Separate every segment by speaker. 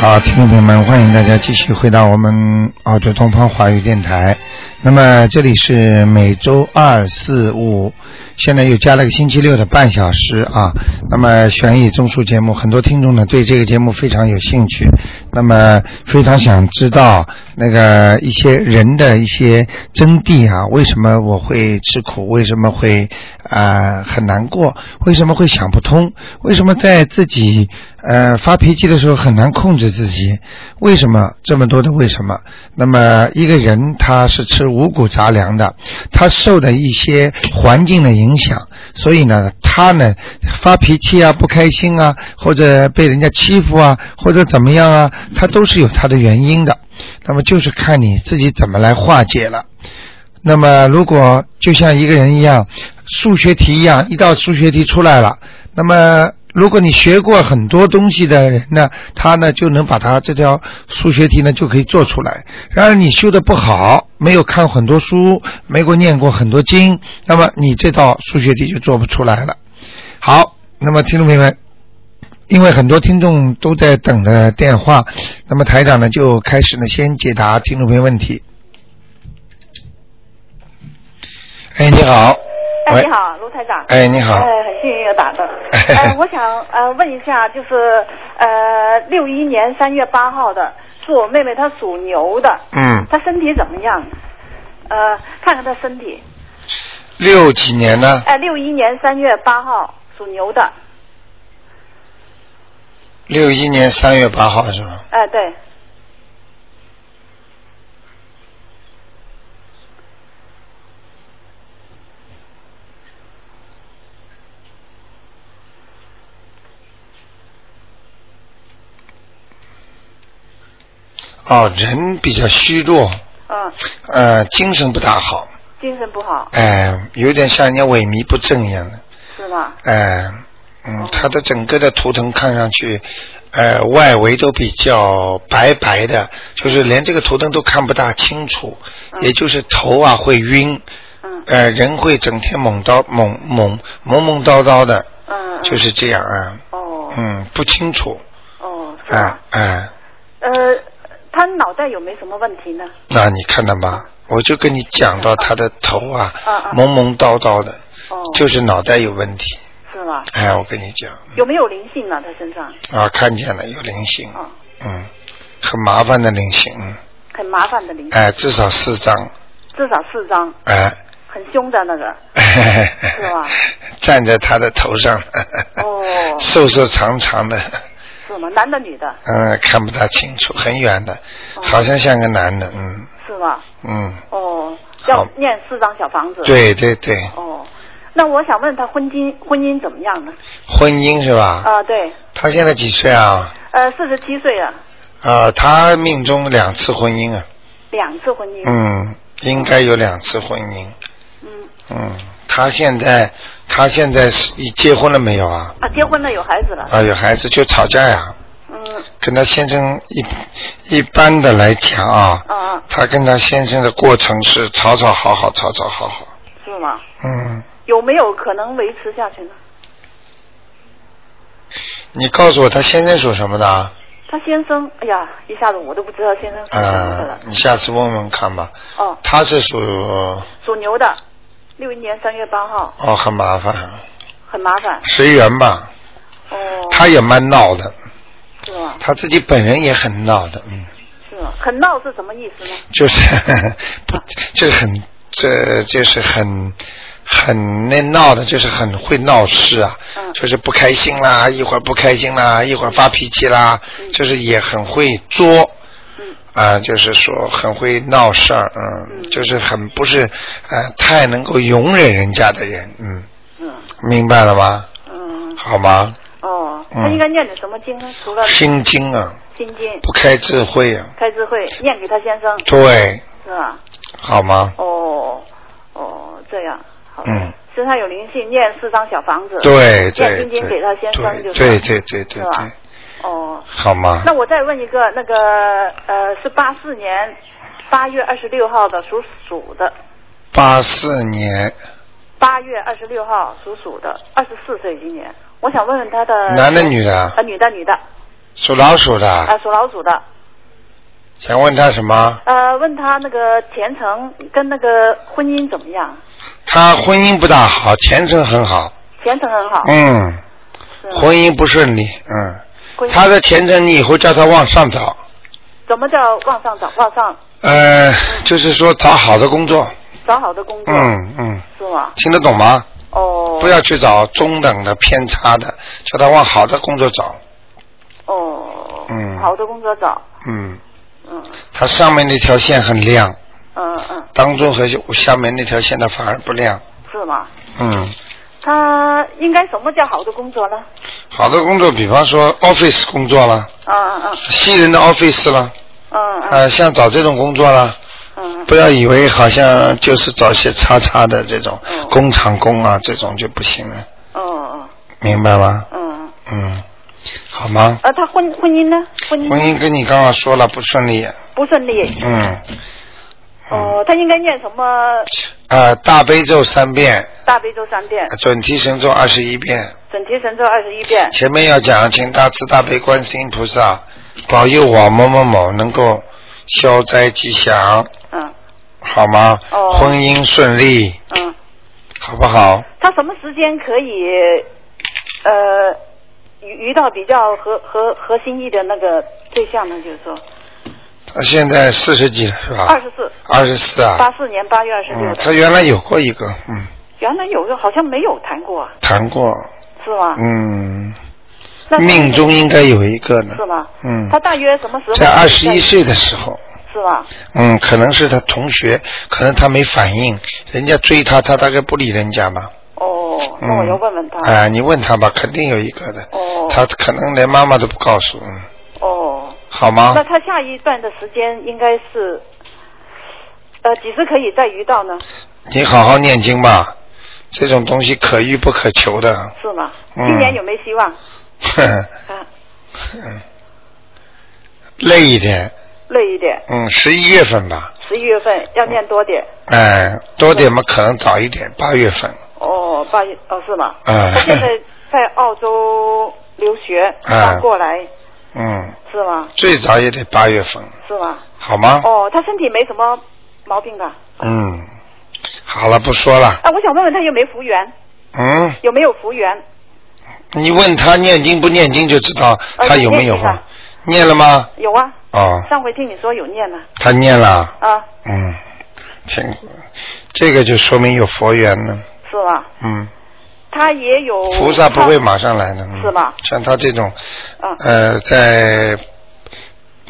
Speaker 1: 好，听众朋友们，欢迎大家继续回到我们澳洲东方华语电台。那么这里是每周二、四、五，现在又加了个星期六的半小时啊。那么悬疑综述节目，很多听众呢对这个节目非常有兴趣，那么非常想知道那个一些人的一些真谛啊，为什么我会吃苦，为什么会啊、呃很难过，为什么会想不通，为什么在自己呃发脾气的时候很难控制自己，为什么这么多的为什么？那么一个人他是吃五谷杂粮的，他受的一些环境的影响，所以呢，他呢发脾气啊、不开心啊，或者被人家欺负啊，或者怎么样啊，他都是有他的原因的。那么就是看你自己怎么来化解了。那么，如果就像一个人一样，数学题一样，一道数学题出来了，那么如果你学过很多东西的人呢，他呢就能把他这条数学题呢就可以做出来。然而你修的不好，没有看很多书，没过念过很多经，那么你这道数学题就做不出来了。好，那么听众朋友们，因为很多听众都在等着电话，那么台长呢就开始呢先解答听众朋友问题。哎，你好。
Speaker 2: 哎，
Speaker 1: 喂
Speaker 2: 你。好，卢台长。
Speaker 1: 哎，你好。哎
Speaker 2: 呃，很幸运又打到。呃，我想呃问一下，就是呃六一年三月八号的，是我妹妹，她属牛的，
Speaker 1: 嗯，
Speaker 2: 她身体怎么样？呃，看看她身体。
Speaker 1: 六几年呢？
Speaker 2: 哎、呃，六一年三月八号属牛的，
Speaker 1: 六一年三月八号是吧？
Speaker 2: 哎、对，
Speaker 1: 哦，人比较虚弱，
Speaker 2: 嗯、
Speaker 1: 呃，精神不大好，
Speaker 2: 精神不好
Speaker 1: 哎、有点像人家萎靡不振一样的，
Speaker 2: 是吗？
Speaker 1: 哎、嗯，他的整个的图腾看上去，呃，外围都比较白白的，就是连这个图腾都看不大清楚，
Speaker 2: 嗯
Speaker 1: 也就是头啊会晕，
Speaker 2: 嗯
Speaker 1: 呃，人会整天懵叨懵懵懵懵叨叨的，
Speaker 2: 嗯，嗯
Speaker 1: 就是这样啊，
Speaker 2: 哦
Speaker 1: 嗯，不清楚，
Speaker 2: 哦是
Speaker 1: 哎、
Speaker 2: 吧？
Speaker 1: 哎、
Speaker 2: 呃，她脑袋有没有什么问题呢？
Speaker 1: 那你看到吗？我就跟你讲到他的头啊
Speaker 2: 啊啊，
Speaker 1: 懵懵叨叨的，
Speaker 2: 哦，
Speaker 1: 就是脑袋有问题。
Speaker 2: 是吗？
Speaker 1: 哎，我跟你讲
Speaker 2: 有没有灵性呢？她身上？
Speaker 1: 啊，看见了有灵性，
Speaker 2: 啊，
Speaker 1: 嗯，很麻烦的灵性，嗯，
Speaker 2: 很麻烦的灵性，
Speaker 1: 哎，至少四张，
Speaker 2: 至少四张，
Speaker 1: 哎，
Speaker 2: 很凶的那个。
Speaker 1: 是
Speaker 2: 吧
Speaker 1: 站在他的头上，
Speaker 2: 哦
Speaker 1: 瘦瘦长长的，
Speaker 2: 是吗？男的女的？
Speaker 1: 嗯，看不大清楚，很远的，
Speaker 2: 哦
Speaker 1: 好像像个男的，嗯
Speaker 2: 是吗？
Speaker 1: 嗯，
Speaker 2: 哦，要
Speaker 1: 好
Speaker 2: 念四张小房子。。
Speaker 1: 对对对，
Speaker 2: 哦，那我想问他婚姻婚姻怎么样呢？
Speaker 1: 婚姻是吧？
Speaker 2: 啊、对，
Speaker 1: 他现在几岁啊？
Speaker 2: 呃，四十七岁了，
Speaker 1: 啊，他命中两次婚姻啊，
Speaker 2: 两次婚姻。
Speaker 1: 嗯，应该有两次婚姻，
Speaker 2: 嗯。
Speaker 1: 嗯，他现在他现在是你结婚了没有啊？
Speaker 2: 啊，结婚了，有孩子了。
Speaker 1: 啊，有孩子就吵架呀、
Speaker 2: 嗯
Speaker 1: 跟他先生一一般的来讲啊，
Speaker 2: 啊啊，
Speaker 1: 他跟他先生的过程是吵吵好好，吵吵好好，
Speaker 2: 是吗？
Speaker 1: 嗯，
Speaker 2: 有没有可能维持下去呢？
Speaker 1: 你告诉我他先生属什么的啊？
Speaker 2: 他先生，哎呀，一下子我都不知道先生是什么
Speaker 1: 嗯
Speaker 2: 了，。
Speaker 1: 你下次问问看吧，
Speaker 2: 哦，
Speaker 1: 他是属
Speaker 2: 属牛的，六一年三月八号，
Speaker 1: 哦很麻烦，
Speaker 2: 很麻烦。
Speaker 1: 随缘吧，
Speaker 2: 哦。
Speaker 1: 他也蛮闹的，
Speaker 2: 是吗？
Speaker 1: 他自己本人也很闹的，嗯。
Speaker 2: 是吗？很闹是什么意思呢？
Speaker 1: 就是 不，就是很，这就是很很那闹的，就是很会闹事啊，
Speaker 2: 嗯
Speaker 1: 就是不开心啦，一会儿不开心啦，一会儿发脾气啦，
Speaker 2: 嗯
Speaker 1: 就是也很会作。
Speaker 2: 嗯
Speaker 1: 啊、就是说很会闹事儿，嗯，
Speaker 2: 嗯
Speaker 1: 就是很不是，呃，太能够容忍人家的人，嗯，
Speaker 2: 嗯
Speaker 1: 明白了吗？
Speaker 2: 嗯
Speaker 1: 好吗？
Speaker 2: 哦，
Speaker 1: 嗯
Speaker 2: 他应该念点什么经呢？除了
Speaker 1: 心经啊，
Speaker 2: 心经、
Speaker 1: 不开智慧啊，
Speaker 2: 开智慧，念给他先生
Speaker 1: 对，
Speaker 2: 是吧？
Speaker 1: 好吗？
Speaker 2: 哦哦，这样好的。
Speaker 1: 嗯
Speaker 2: 身上有灵性，念四张小房子。
Speaker 1: 对
Speaker 2: 念
Speaker 1: 对
Speaker 2: 心经给他先生就
Speaker 1: 对对
Speaker 2: 是
Speaker 1: 对对对
Speaker 2: 是吧
Speaker 1: 对，？
Speaker 2: 哦，
Speaker 1: 好吗？
Speaker 2: 那我再问一个，那个呃，是八四年八月二十六号的属鼠的，
Speaker 1: 八四年，
Speaker 2: 八月二十六号属鼠的，二十四岁今年，我想问问他的
Speaker 1: 男的女的啊
Speaker 2: 呃，女的女的，
Speaker 1: 属老鼠的。
Speaker 2: 啊，属老鼠的。
Speaker 1: 想问他什么？
Speaker 2: 呃，问他那个前程跟那个婚姻怎么样？
Speaker 1: 他婚姻不大好，前程很好。
Speaker 2: 前程很好。
Speaker 1: 嗯，
Speaker 2: 是
Speaker 1: 婚姻不顺利，嗯，
Speaker 2: 婚姻
Speaker 1: 他的前程你以后叫他往上找，
Speaker 2: 怎么叫往上找？往上
Speaker 1: 呃，
Speaker 2: 嗯
Speaker 1: 就是说找好的工作，
Speaker 2: 找好的工作，
Speaker 1: 嗯嗯，
Speaker 2: 是吗？
Speaker 1: 听得懂吗？
Speaker 2: 哦，
Speaker 1: 不要去找中等的、偏差的，叫他往好的工作找，
Speaker 2: 哦，
Speaker 1: 嗯
Speaker 2: 好的工作找，
Speaker 1: 嗯，
Speaker 2: 嗯
Speaker 1: 他上面那条线很亮，
Speaker 2: 嗯嗯，
Speaker 1: 当中和下面那条线它反而不亮，
Speaker 2: 是吗？
Speaker 1: 嗯，
Speaker 2: 他应该什么叫好的工作呢？
Speaker 1: 好的工作，比方说 office 工作了，
Speaker 2: 嗯嗯
Speaker 1: 西人的 office 了，
Speaker 2: 嗯嗯
Speaker 1: 呃，像找这种工作了。
Speaker 2: 嗯
Speaker 1: 不要以为好像就是找些叉叉的这种
Speaker 2: 嗯
Speaker 1: 工厂工啊，这种就不行了，
Speaker 2: 嗯嗯
Speaker 1: 明白吗？
Speaker 2: 嗯，
Speaker 1: 嗯，好吗？
Speaker 2: 呃，他婚婚姻呢？婚
Speaker 1: 婚
Speaker 2: 姻
Speaker 1: 姻跟你刚刚说了不顺利，
Speaker 2: 不顺利，
Speaker 1: 嗯，
Speaker 2: 哦，他应该念什么
Speaker 1: 呃，大悲咒三遍，
Speaker 2: 大悲咒三遍，
Speaker 1: 准提神咒二十一遍，
Speaker 2: 准提神咒二十一遍，
Speaker 1: 前面要讲，请大慈大悲观世音菩萨保佑我某某某能够消灾吉祥，
Speaker 2: 嗯
Speaker 1: 好吗？
Speaker 2: 哦
Speaker 1: 婚姻顺利，
Speaker 2: 嗯，
Speaker 1: 好不好？
Speaker 2: 他什么时间可以呃遇遇到比较合合合心意的那个对象呢？就是说
Speaker 1: 他现在四十几了是吧？
Speaker 2: 二十四，
Speaker 1: 二十四啊。
Speaker 2: 八四年八月二十六
Speaker 1: 嗯，他
Speaker 2: 的，
Speaker 1: 原来有过一个，嗯，
Speaker 2: 原来有个好像没有谈过啊，
Speaker 1: 谈过，
Speaker 2: 是吗？
Speaker 1: 嗯，
Speaker 2: 那他
Speaker 1: 命中应该有一个呢
Speaker 2: 是，吗？
Speaker 1: 嗯
Speaker 2: 他，大约什么时候？
Speaker 1: 在二十一，岁的时候，
Speaker 2: 是吧？
Speaker 1: 嗯，可能是他同学，可能他没反应，人家追他，他大概不理人家吧，
Speaker 2: 哦，
Speaker 1: 嗯，
Speaker 2: 那我要问问他。
Speaker 1: 啊，你问他吧，肯定有一个的，
Speaker 2: 哦
Speaker 1: 他可能连妈妈都不告诉，嗯，
Speaker 2: 哦，
Speaker 1: 好吗
Speaker 2: 那？他下一段的时间应该是，呃，几时可以再遇到呢？
Speaker 1: 你好好念经吧，这种东西可遇不可求的，
Speaker 2: 是吗？
Speaker 1: 嗯
Speaker 2: 今年有没希望？
Speaker 1: 哼，
Speaker 2: 啊，
Speaker 1: 累一点，
Speaker 2: 累一点，
Speaker 1: 嗯，十一月份吧，
Speaker 2: 十一月份要念多点。
Speaker 1: 哎，多点嘛，可能早一点，八月份。
Speaker 2: 哦，八月哦，是吗？
Speaker 1: 哎
Speaker 2: 他现在在澳洲留学，
Speaker 1: 哎
Speaker 2: 刚过来，
Speaker 1: 嗯，
Speaker 2: 是吗？
Speaker 1: 最早也得八月份，
Speaker 2: 是吗？
Speaker 1: 好吗？
Speaker 2: 哦，他身体没什么毛病吧？
Speaker 1: 嗯，好了，不说了。
Speaker 2: 啊，我想问问他有没有福缘，
Speaker 1: 嗯，
Speaker 2: 有没有福缘？
Speaker 1: 你问他念经不念经就知道他有没有
Speaker 2: 呃念经啊
Speaker 1: 啊？念了吗？
Speaker 2: 有啊，
Speaker 1: 哦，
Speaker 2: 上回听你说有念呢。
Speaker 1: 他念了。
Speaker 2: 啊，
Speaker 1: 嗯，挺，这个就说明有佛缘了。
Speaker 2: 是吧？
Speaker 1: 嗯，
Speaker 2: 他也有
Speaker 1: 菩萨不会马上来的。嗯
Speaker 2: 哦是吗
Speaker 1: 像他这种，
Speaker 2: 啊
Speaker 1: 呃，在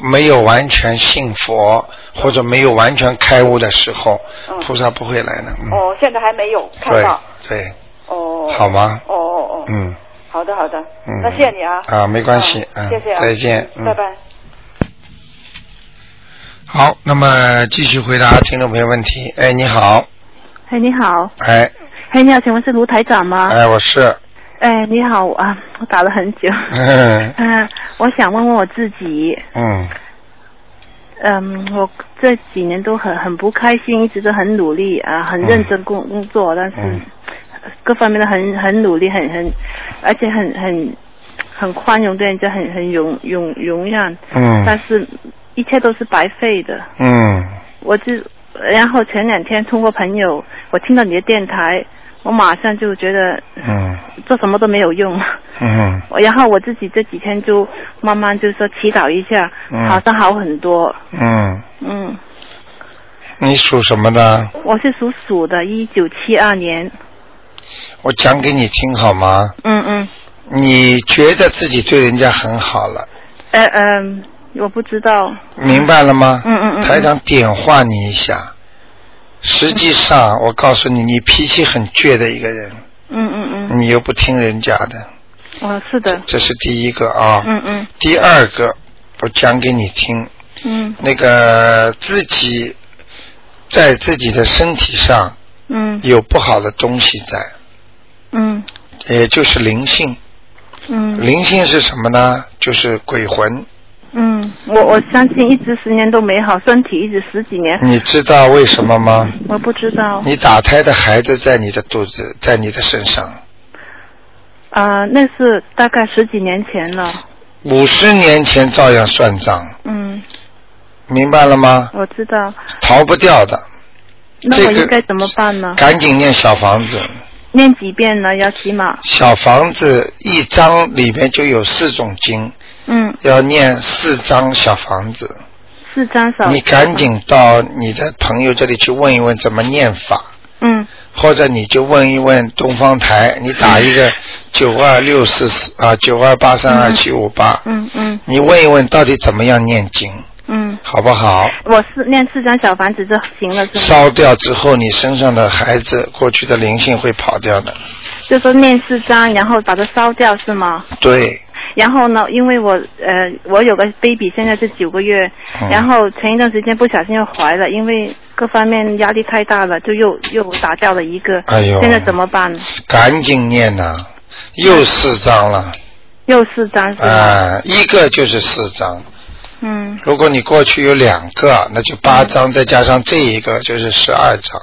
Speaker 1: 没有完全信佛或者没有完全开悟的时候，
Speaker 2: 嗯
Speaker 1: 菩萨不会来的。嗯，
Speaker 2: 哦，现在还没有看
Speaker 1: 对
Speaker 2: 到
Speaker 1: 对，
Speaker 2: 哦。
Speaker 1: 好吗？
Speaker 2: 哦哦哦，
Speaker 1: 嗯。
Speaker 2: 好的好的，
Speaker 1: 嗯
Speaker 2: 那谢谢你啊。
Speaker 1: 啊没关系嗯
Speaker 2: 谢谢啊，
Speaker 1: 再见嗯
Speaker 2: 拜拜。
Speaker 1: 好，那么继续回答听众朋友问题。哎，你好，
Speaker 3: 哎，你好，
Speaker 1: 哎，
Speaker 3: 哎，你好，请问是卢台长吗？
Speaker 1: 哎，我是，
Speaker 3: 哎，你好啊，我打了很久。
Speaker 1: 嗯
Speaker 3: 嗯、我想问问我自己，
Speaker 1: 嗯
Speaker 3: 嗯，我这几年都很很不开心，一直都很努力啊，很认真工工作，但是
Speaker 1: 嗯
Speaker 3: 各方面都很很努力，很很，而且很很很宽容，对人家很很容容容让，但
Speaker 1: 嗯
Speaker 3: 是一切都是白费的。
Speaker 1: 嗯
Speaker 3: 我就，然后前两天通过朋友，我听到你的电台，我马上就觉得
Speaker 1: 嗯
Speaker 3: 做什么都没有用。
Speaker 1: 嗯
Speaker 3: 我然后我自己这几天就慢慢就说祈祷一下，
Speaker 1: 嗯
Speaker 3: 好像好很多。
Speaker 1: 嗯，
Speaker 3: 嗯，
Speaker 1: 你属什么的？
Speaker 3: 我是属鼠的，一九七二年。
Speaker 1: 我讲给你听好吗？
Speaker 3: 嗯嗯，
Speaker 1: 你觉得自己对人家很好了，
Speaker 3: 呃嗯、呃，我不知道。
Speaker 1: 明白了吗？
Speaker 3: 嗯嗯嗯嗯
Speaker 1: 台长点化你一下。实际上，我告诉你，你脾气很倔的一个人，
Speaker 3: 嗯嗯嗯，
Speaker 1: 你又不听人家的，
Speaker 3: 哦，是的。
Speaker 1: 这是第一个啊。
Speaker 3: 嗯嗯
Speaker 1: 第二个，我讲给你听，
Speaker 3: 嗯
Speaker 1: 那个自己在自己的身体上
Speaker 3: 嗯
Speaker 1: 有不好的东西在，
Speaker 3: 嗯
Speaker 1: 也就是灵性。
Speaker 3: 嗯
Speaker 1: 灵性是什么呢？就是鬼魂。
Speaker 3: 嗯，我我相信一直十年都没好，身体一直十几年，
Speaker 1: 你知道为什么吗？
Speaker 3: 我不知道。
Speaker 1: 嗯你打胎的孩子在你的肚子，在你的身上，
Speaker 3: 啊、那是大概十几年前了。
Speaker 1: 五十年前照样算账，
Speaker 3: 嗯，
Speaker 1: 明白了吗？
Speaker 3: 我知道。
Speaker 1: 逃不掉的，
Speaker 3: 那我
Speaker 1: 这个
Speaker 3: 应该怎么办呢？
Speaker 1: 赶紧念小房子。
Speaker 3: 念几遍呢？要起码，
Speaker 1: 小房子一章里面就有四种经，
Speaker 3: 嗯，
Speaker 1: 要念四张小房子。
Speaker 3: 四张少。
Speaker 1: 你赶紧到你的朋友这里去问一问怎么念法，
Speaker 3: 嗯，
Speaker 1: 或者你就问一问东方台，你打一个九二六四四啊九二八三二七五八，
Speaker 3: 嗯嗯
Speaker 1: 你问一问到底怎么样念经，
Speaker 3: 嗯，
Speaker 1: 好不好？
Speaker 3: 我是念四张小房子就行了，是吗？
Speaker 1: 烧掉之后，你身上的孩子过去的灵性会跑掉的。
Speaker 3: 就说念四张，然后把它烧掉，是吗？
Speaker 1: 对，
Speaker 3: 然后呢，因为我呃，我有个 baby，现在是九个月，
Speaker 1: 嗯
Speaker 3: 然后前一段时间不小心又怀了，因为各方面压力太大了，就又又打掉了一个。
Speaker 1: 哎呦
Speaker 3: 现在怎么办？
Speaker 1: 赶紧念呐、又四张了，
Speaker 3: 又四张是
Speaker 1: 啊、
Speaker 3: 吗？
Speaker 1: 一个就是四张。
Speaker 3: 嗯，
Speaker 1: 如果你过去有两个，那就八张，再加上这一个就是十二张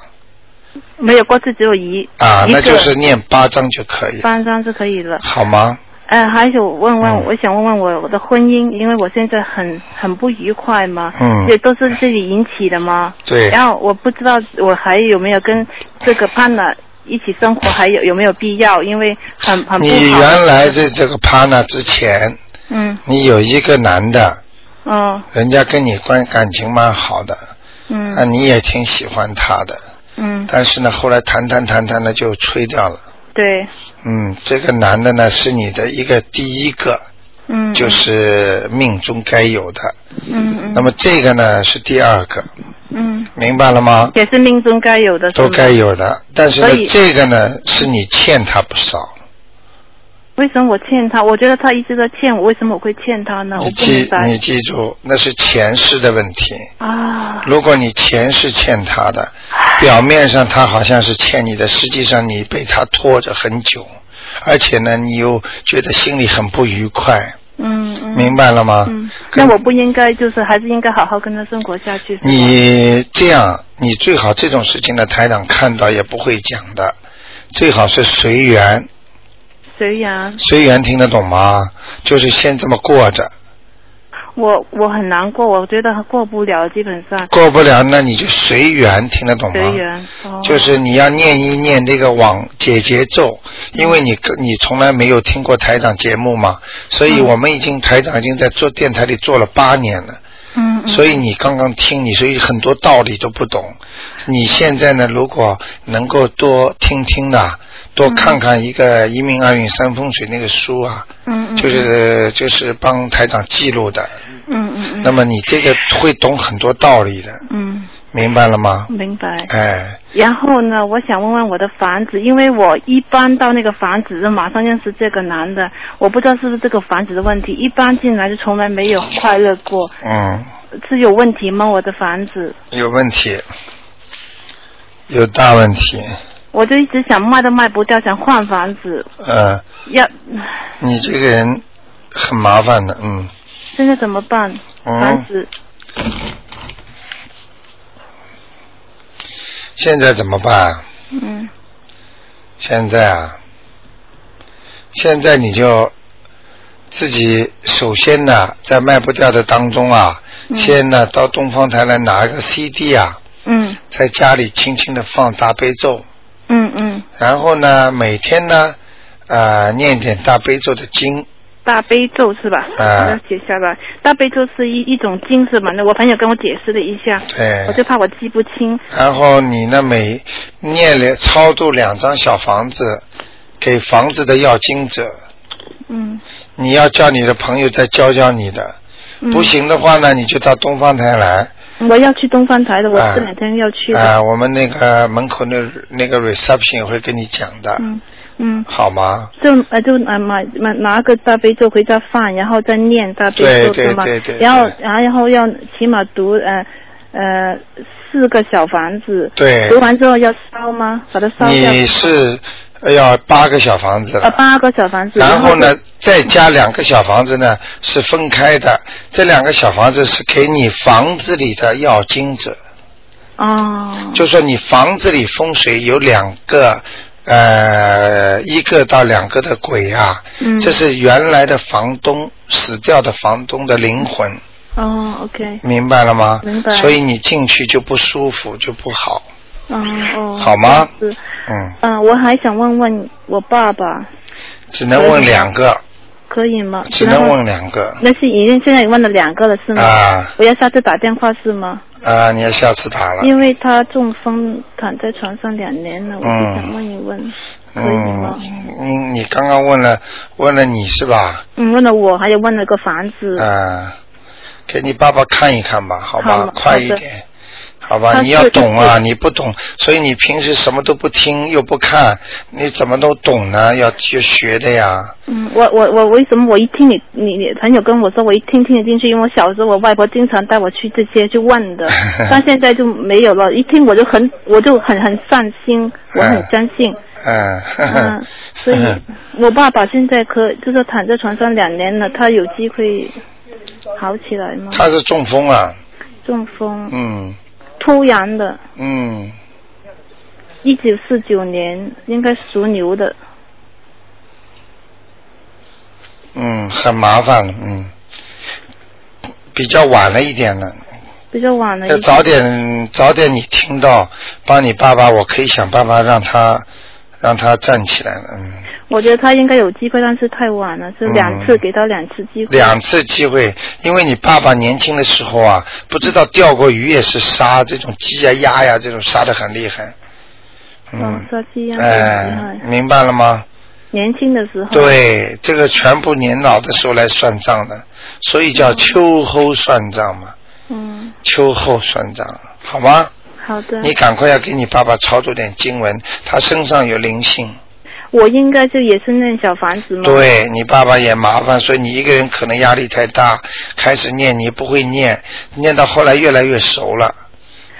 Speaker 3: 没有过去只有一
Speaker 1: 啊，
Speaker 3: 一
Speaker 1: 那
Speaker 3: 个
Speaker 1: 就是念八张就可以，
Speaker 3: 三张是可以了。
Speaker 1: 好吗？
Speaker 3: 呃，还有问问，
Speaker 1: 嗯
Speaker 3: 我想问问我我的婚姻，因为我现在很很不愉快嘛，
Speaker 1: 嗯
Speaker 3: 也都是自己引起的嘛。
Speaker 1: 对
Speaker 3: 然后我不知道我还有没有跟这个伴呢一起生活，还有有没有必要？因为很很不好。
Speaker 1: 你原来的这个 partner 之前，
Speaker 3: 嗯
Speaker 1: 你有一个男的，
Speaker 3: 哦
Speaker 1: 人家跟你关感情蛮好的，那、
Speaker 3: 嗯
Speaker 1: 你也挺喜欢他的，
Speaker 3: 嗯，
Speaker 1: 但是呢，后来谈谈谈谈呢就吹掉了。
Speaker 3: 对，
Speaker 1: 嗯，这个男的呢是你的一个第一个，
Speaker 3: 嗯
Speaker 1: 就是命中该有的。
Speaker 3: 嗯嗯
Speaker 1: 那么这个呢是第二个，
Speaker 3: 嗯，
Speaker 1: 明白了吗？
Speaker 3: 也是命中该有的，是
Speaker 1: 都
Speaker 3: 吗
Speaker 1: 该。有的，但是
Speaker 3: 所
Speaker 1: 呢
Speaker 3: 以，
Speaker 1: 这个呢是你欠他不少，
Speaker 3: 为什么我欠他？我觉得他一直在欠我，为什么我会欠他呢？我
Speaker 1: 你
Speaker 3: 不明
Speaker 1: 记
Speaker 3: 白
Speaker 1: 你记住，那是前世的问题。
Speaker 3: 啊。
Speaker 1: 如果你前世欠他的，表面上他好像是欠你的，实际上你被他拖着很久，而且呢，你又觉得心里很不愉快，
Speaker 3: 嗯嗯。
Speaker 1: 明白了吗？
Speaker 3: 嗯，
Speaker 1: 跟
Speaker 3: 那我不应该，就是还是应该好好跟他生活下去。是吗
Speaker 1: 你这样，你最好这种事情呢，台长看到也不会讲的，最好是随缘，
Speaker 3: 随缘，
Speaker 1: 随缘听得懂吗？就是先这么过着，
Speaker 3: 我我很难过，我觉得过不了，基本上
Speaker 1: 过不了那你就随缘，听得懂吗？
Speaker 3: 随缘。哦、
Speaker 1: 就是你要念一念这个往解结咒，因为你跟你从来没有听过台长节目嘛，所以我们已经台长已经在做电台里做了八年了，
Speaker 3: 嗯，嗯
Speaker 1: 所以你刚刚听你，所以很多道理都不懂。你现在呢，如果能够多听听的，多看看一个一命二运三风水那个书啊，
Speaker 3: 嗯嗯，
Speaker 1: 就是就是帮台长记录的，
Speaker 3: 嗯嗯嗯，
Speaker 1: 那么你这个会懂很多道理的，
Speaker 3: 嗯，
Speaker 1: 明白了吗？
Speaker 3: 明白。
Speaker 1: 哎，
Speaker 3: 然后呢，我想问问我的房子，因为我一般到那个房子就马上认识这个男的，我不知道是不是这个房子的问题，一搬进来就从来没有快乐过，
Speaker 1: 嗯。
Speaker 3: 是有问题吗？我的房子，
Speaker 1: 有问题，有大问题。
Speaker 3: 我就一直想卖都卖不掉，想换房子，
Speaker 1: 呃，
Speaker 3: 要
Speaker 1: 你这个人很麻烦的，嗯，
Speaker 3: 现在怎么办？
Speaker 1: 嗯
Speaker 3: 房子，
Speaker 1: 现在怎么办啊？
Speaker 3: 嗯
Speaker 1: 现在啊，现在你就自己首先呢，在卖不掉的当中啊，
Speaker 3: 嗯
Speaker 1: 先呢到东方台来拿一个 CD 啊，
Speaker 3: 嗯
Speaker 1: 在家里轻轻的放大悲咒，
Speaker 3: 嗯嗯，
Speaker 1: 然后呢每天呢，呃念点大悲咒的经，
Speaker 3: 大悲咒是吧？
Speaker 1: 啊
Speaker 3: 我要写下来。大悲咒是一一种经是吧？那我朋友跟我解释了一下，
Speaker 1: 对，
Speaker 3: 我就怕我记不清。
Speaker 1: 然后你呢，每念了超度两张小房子给房子的要经者，
Speaker 3: 嗯，
Speaker 1: 你要叫你的朋友再教教你的，
Speaker 3: 嗯
Speaker 1: 不，行的话呢，你就到东方台来
Speaker 3: 我要去东方台的，我
Speaker 1: 啊
Speaker 3: 这两天要去
Speaker 1: 啊、
Speaker 3: 的。
Speaker 1: 我们那个门口那那个 reception 会跟你讲的，
Speaker 3: 嗯嗯，
Speaker 1: 好吗？
Speaker 3: 就呃就拿买买拿个大悲咒回家放，然后再念大悲
Speaker 1: 对
Speaker 3: 咒
Speaker 1: 对
Speaker 3: 是吗
Speaker 1: 对对？对
Speaker 3: 然后然后要起码读呃呃四个小房子。
Speaker 1: 对
Speaker 3: 读完之后要烧吗？把它烧掉。
Speaker 1: 你是呃要八个小房子
Speaker 3: 呃
Speaker 1: 了。
Speaker 3: 八个小房子。
Speaker 1: 然后
Speaker 3: 后
Speaker 1: 呢
Speaker 3: 就？，
Speaker 1: 再加两个小房子呢，是分开的。这两个小房子是给你房子里的要经者。
Speaker 3: 哦。
Speaker 1: 就说你房子里风水有两个呃一个到两个的鬼啊，
Speaker 3: 嗯
Speaker 1: 这是原来的房东死掉的房东的灵魂，
Speaker 3: 哦，OK，
Speaker 1: 明白了吗？
Speaker 3: 明白
Speaker 1: 所以你进去就不舒服，就不好。
Speaker 3: 嗯哦，
Speaker 1: 好吗
Speaker 3: 是，
Speaker 1: 嗯，
Speaker 3: 嗯，我还想问问我爸爸，
Speaker 1: 只能问两个，
Speaker 3: 可以吗？
Speaker 1: 只能问两个。
Speaker 3: 那是已经现在问了两个了是吗？
Speaker 1: 啊
Speaker 3: 我要下次打电话是吗？
Speaker 1: 啊，你要下次打了。
Speaker 3: 因为他中风躺在床上两年了，我就想问一问，可以吗
Speaker 1: 嗯？，你你刚刚问了问了你是吧？
Speaker 3: 嗯，问了我，还有问了个房子，
Speaker 1: 啊，给你爸爸看一看吧，好
Speaker 3: 好
Speaker 1: 吧
Speaker 3: 的，
Speaker 1: 快一
Speaker 3: 好的
Speaker 1: 点。好吧，
Speaker 3: 他
Speaker 1: 你要
Speaker 3: 是
Speaker 1: 懂啊，
Speaker 3: 就是
Speaker 1: 你不懂，所以你平时什么都不听又不看，你怎么都懂呢？要去学的呀。，
Speaker 3: 嗯，我我我为什么我一听你你你朋友跟我说，我一听听得进去，因为我小时候我外婆经常带我去这些去问的 但现在就没有了。一听我就很我就很很上心，我很相 信。
Speaker 1: 嗯，呵呵
Speaker 3: 嗯，所以我爸爸现在可就是躺在床上两年了，他有机会好起来吗？
Speaker 1: 他是中风啊，
Speaker 3: 中风，
Speaker 1: 嗯
Speaker 3: 突然的，
Speaker 1: 嗯，
Speaker 3: 一九四九年应该属牛的，
Speaker 1: 嗯，很麻烦了，嗯，比较晚了一点了，
Speaker 3: 比较晚了
Speaker 1: 要
Speaker 3: 一点。
Speaker 1: 早点早点你听到，帮你爸爸，我可以想办法让他让他站起来了，嗯，
Speaker 3: 我觉得他应该有机会，但是太晚了，是两次
Speaker 1: 嗯
Speaker 3: 给他两次机会。
Speaker 1: 两次机会，因为你爸爸年轻的时候啊，不知道钓过鱼也是杀这种鸡呀、鸭呀、这种杀的很厉害，
Speaker 3: 哦
Speaker 1: 嗯，，
Speaker 3: 杀鸡一样
Speaker 1: 哎
Speaker 3: 厉、害。哦
Speaker 1: 明白了吗？
Speaker 3: 年轻的时候，
Speaker 1: 对，这个全部年老的时候来算账的，所以
Speaker 3: 哦
Speaker 1: 叫秋后算账嘛，
Speaker 3: 嗯，
Speaker 1: 秋后算账，好吗？
Speaker 3: 好的，
Speaker 1: 你赶快要给你爸爸操作点经文，他身上有灵性，
Speaker 3: 我应该就也是念小房子吗？，
Speaker 1: 对你爸爸也麻烦，所以你一个人可能压力太大，开始念你不会念，念到后来越来越熟了，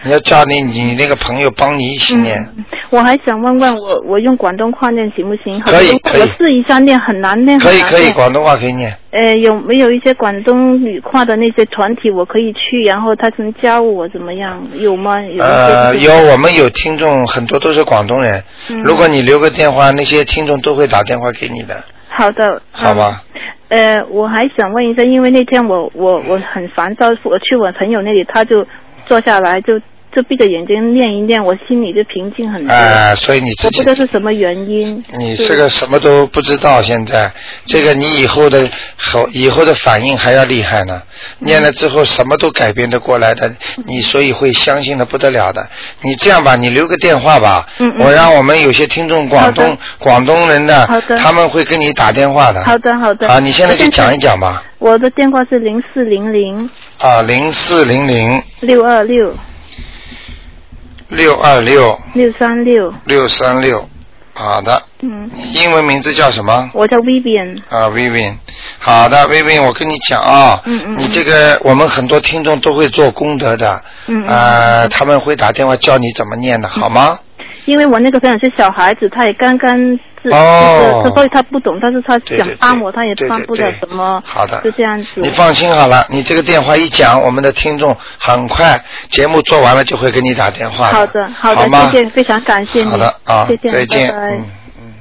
Speaker 1: 你要叫你你那个朋友帮你一起念，
Speaker 3: 嗯，我还想问问我，我用广东话念行不行？
Speaker 1: 可以
Speaker 3: 很多
Speaker 1: 可以
Speaker 3: 我试一下念，很难念，
Speaker 1: 可以
Speaker 3: 很难
Speaker 1: 可以，
Speaker 3: 念
Speaker 1: 广东话可以念，
Speaker 3: 呃，有没有一些广东语跨的那些团体我可以去？然后他能教我怎么样？有吗？有一些
Speaker 1: 呃，
Speaker 3: 这
Speaker 1: 有
Speaker 3: 种
Speaker 1: 我们有听众，很多都是广东人。
Speaker 3: 嗯
Speaker 1: 如果你留个电话，那些听众都会打电话给你的，
Speaker 3: 好的，
Speaker 1: 好
Speaker 3: 嗯
Speaker 1: 吧？
Speaker 3: 呃，我还想问一下，因为那天我我我很烦躁，我去我朋友那里，他就坐下来就就闭着眼睛念一念，我心里就平静很多。
Speaker 1: 哎、所以你
Speaker 3: 嗯
Speaker 1: 自
Speaker 3: 我不
Speaker 1: 己
Speaker 3: 知，道是什么原因。
Speaker 1: 你
Speaker 3: 是
Speaker 1: 这个什么都不知道，现在这
Speaker 3: 嗯
Speaker 1: 个你以后的后以后的反应还要厉害呢。
Speaker 3: 嗯
Speaker 1: 念了之后什么都改变得过来的，你所以会相信的不得了的。你这样吧，你留个电话吧，
Speaker 3: 嗯嗯
Speaker 1: 我让我们有些听众广东广东人呢
Speaker 3: 好的，
Speaker 1: 他们会跟你打电话的。
Speaker 3: 好的好的。
Speaker 1: 啊，你现在就讲一
Speaker 3: 讲。
Speaker 1: 讲吧。
Speaker 3: 我的电话是零四零零
Speaker 1: 啊，零四零零
Speaker 3: 六二六
Speaker 1: 六二六
Speaker 3: 六三六，
Speaker 1: 六三六，好的，
Speaker 3: 嗯，
Speaker 1: 英文名字叫什么？
Speaker 3: 我叫 Vivian。
Speaker 1: 啊，Vivian，好的，Vivian，我跟你讲啊，
Speaker 3: 嗯嗯嗯
Speaker 1: 你这个我们很多听众都会做功德的，
Speaker 3: 嗯嗯
Speaker 1: 啊、他们会打电话教你怎么念的，好吗？
Speaker 3: 因为我那个朋友是小孩子，他也刚刚是，
Speaker 1: 哦
Speaker 3: 就是所以他不懂，但是他
Speaker 1: 对
Speaker 3: 想
Speaker 1: 对
Speaker 3: 帮
Speaker 1: 对
Speaker 3: 我，他也
Speaker 1: 对
Speaker 3: 帮
Speaker 1: 对
Speaker 3: 不了
Speaker 1: 对
Speaker 3: 什么，
Speaker 1: 好的
Speaker 3: 就这样子。
Speaker 1: 你放心好了，你这个电话一讲，我们的听众很快节目做完了就会给你打电话
Speaker 3: 好的，好
Speaker 1: 好吗
Speaker 3: 的，谢谢，非常感谢你。
Speaker 1: 好的啊，
Speaker 3: 再见，
Speaker 1: 再见，
Speaker 3: 拜拜
Speaker 1: 嗯。嗯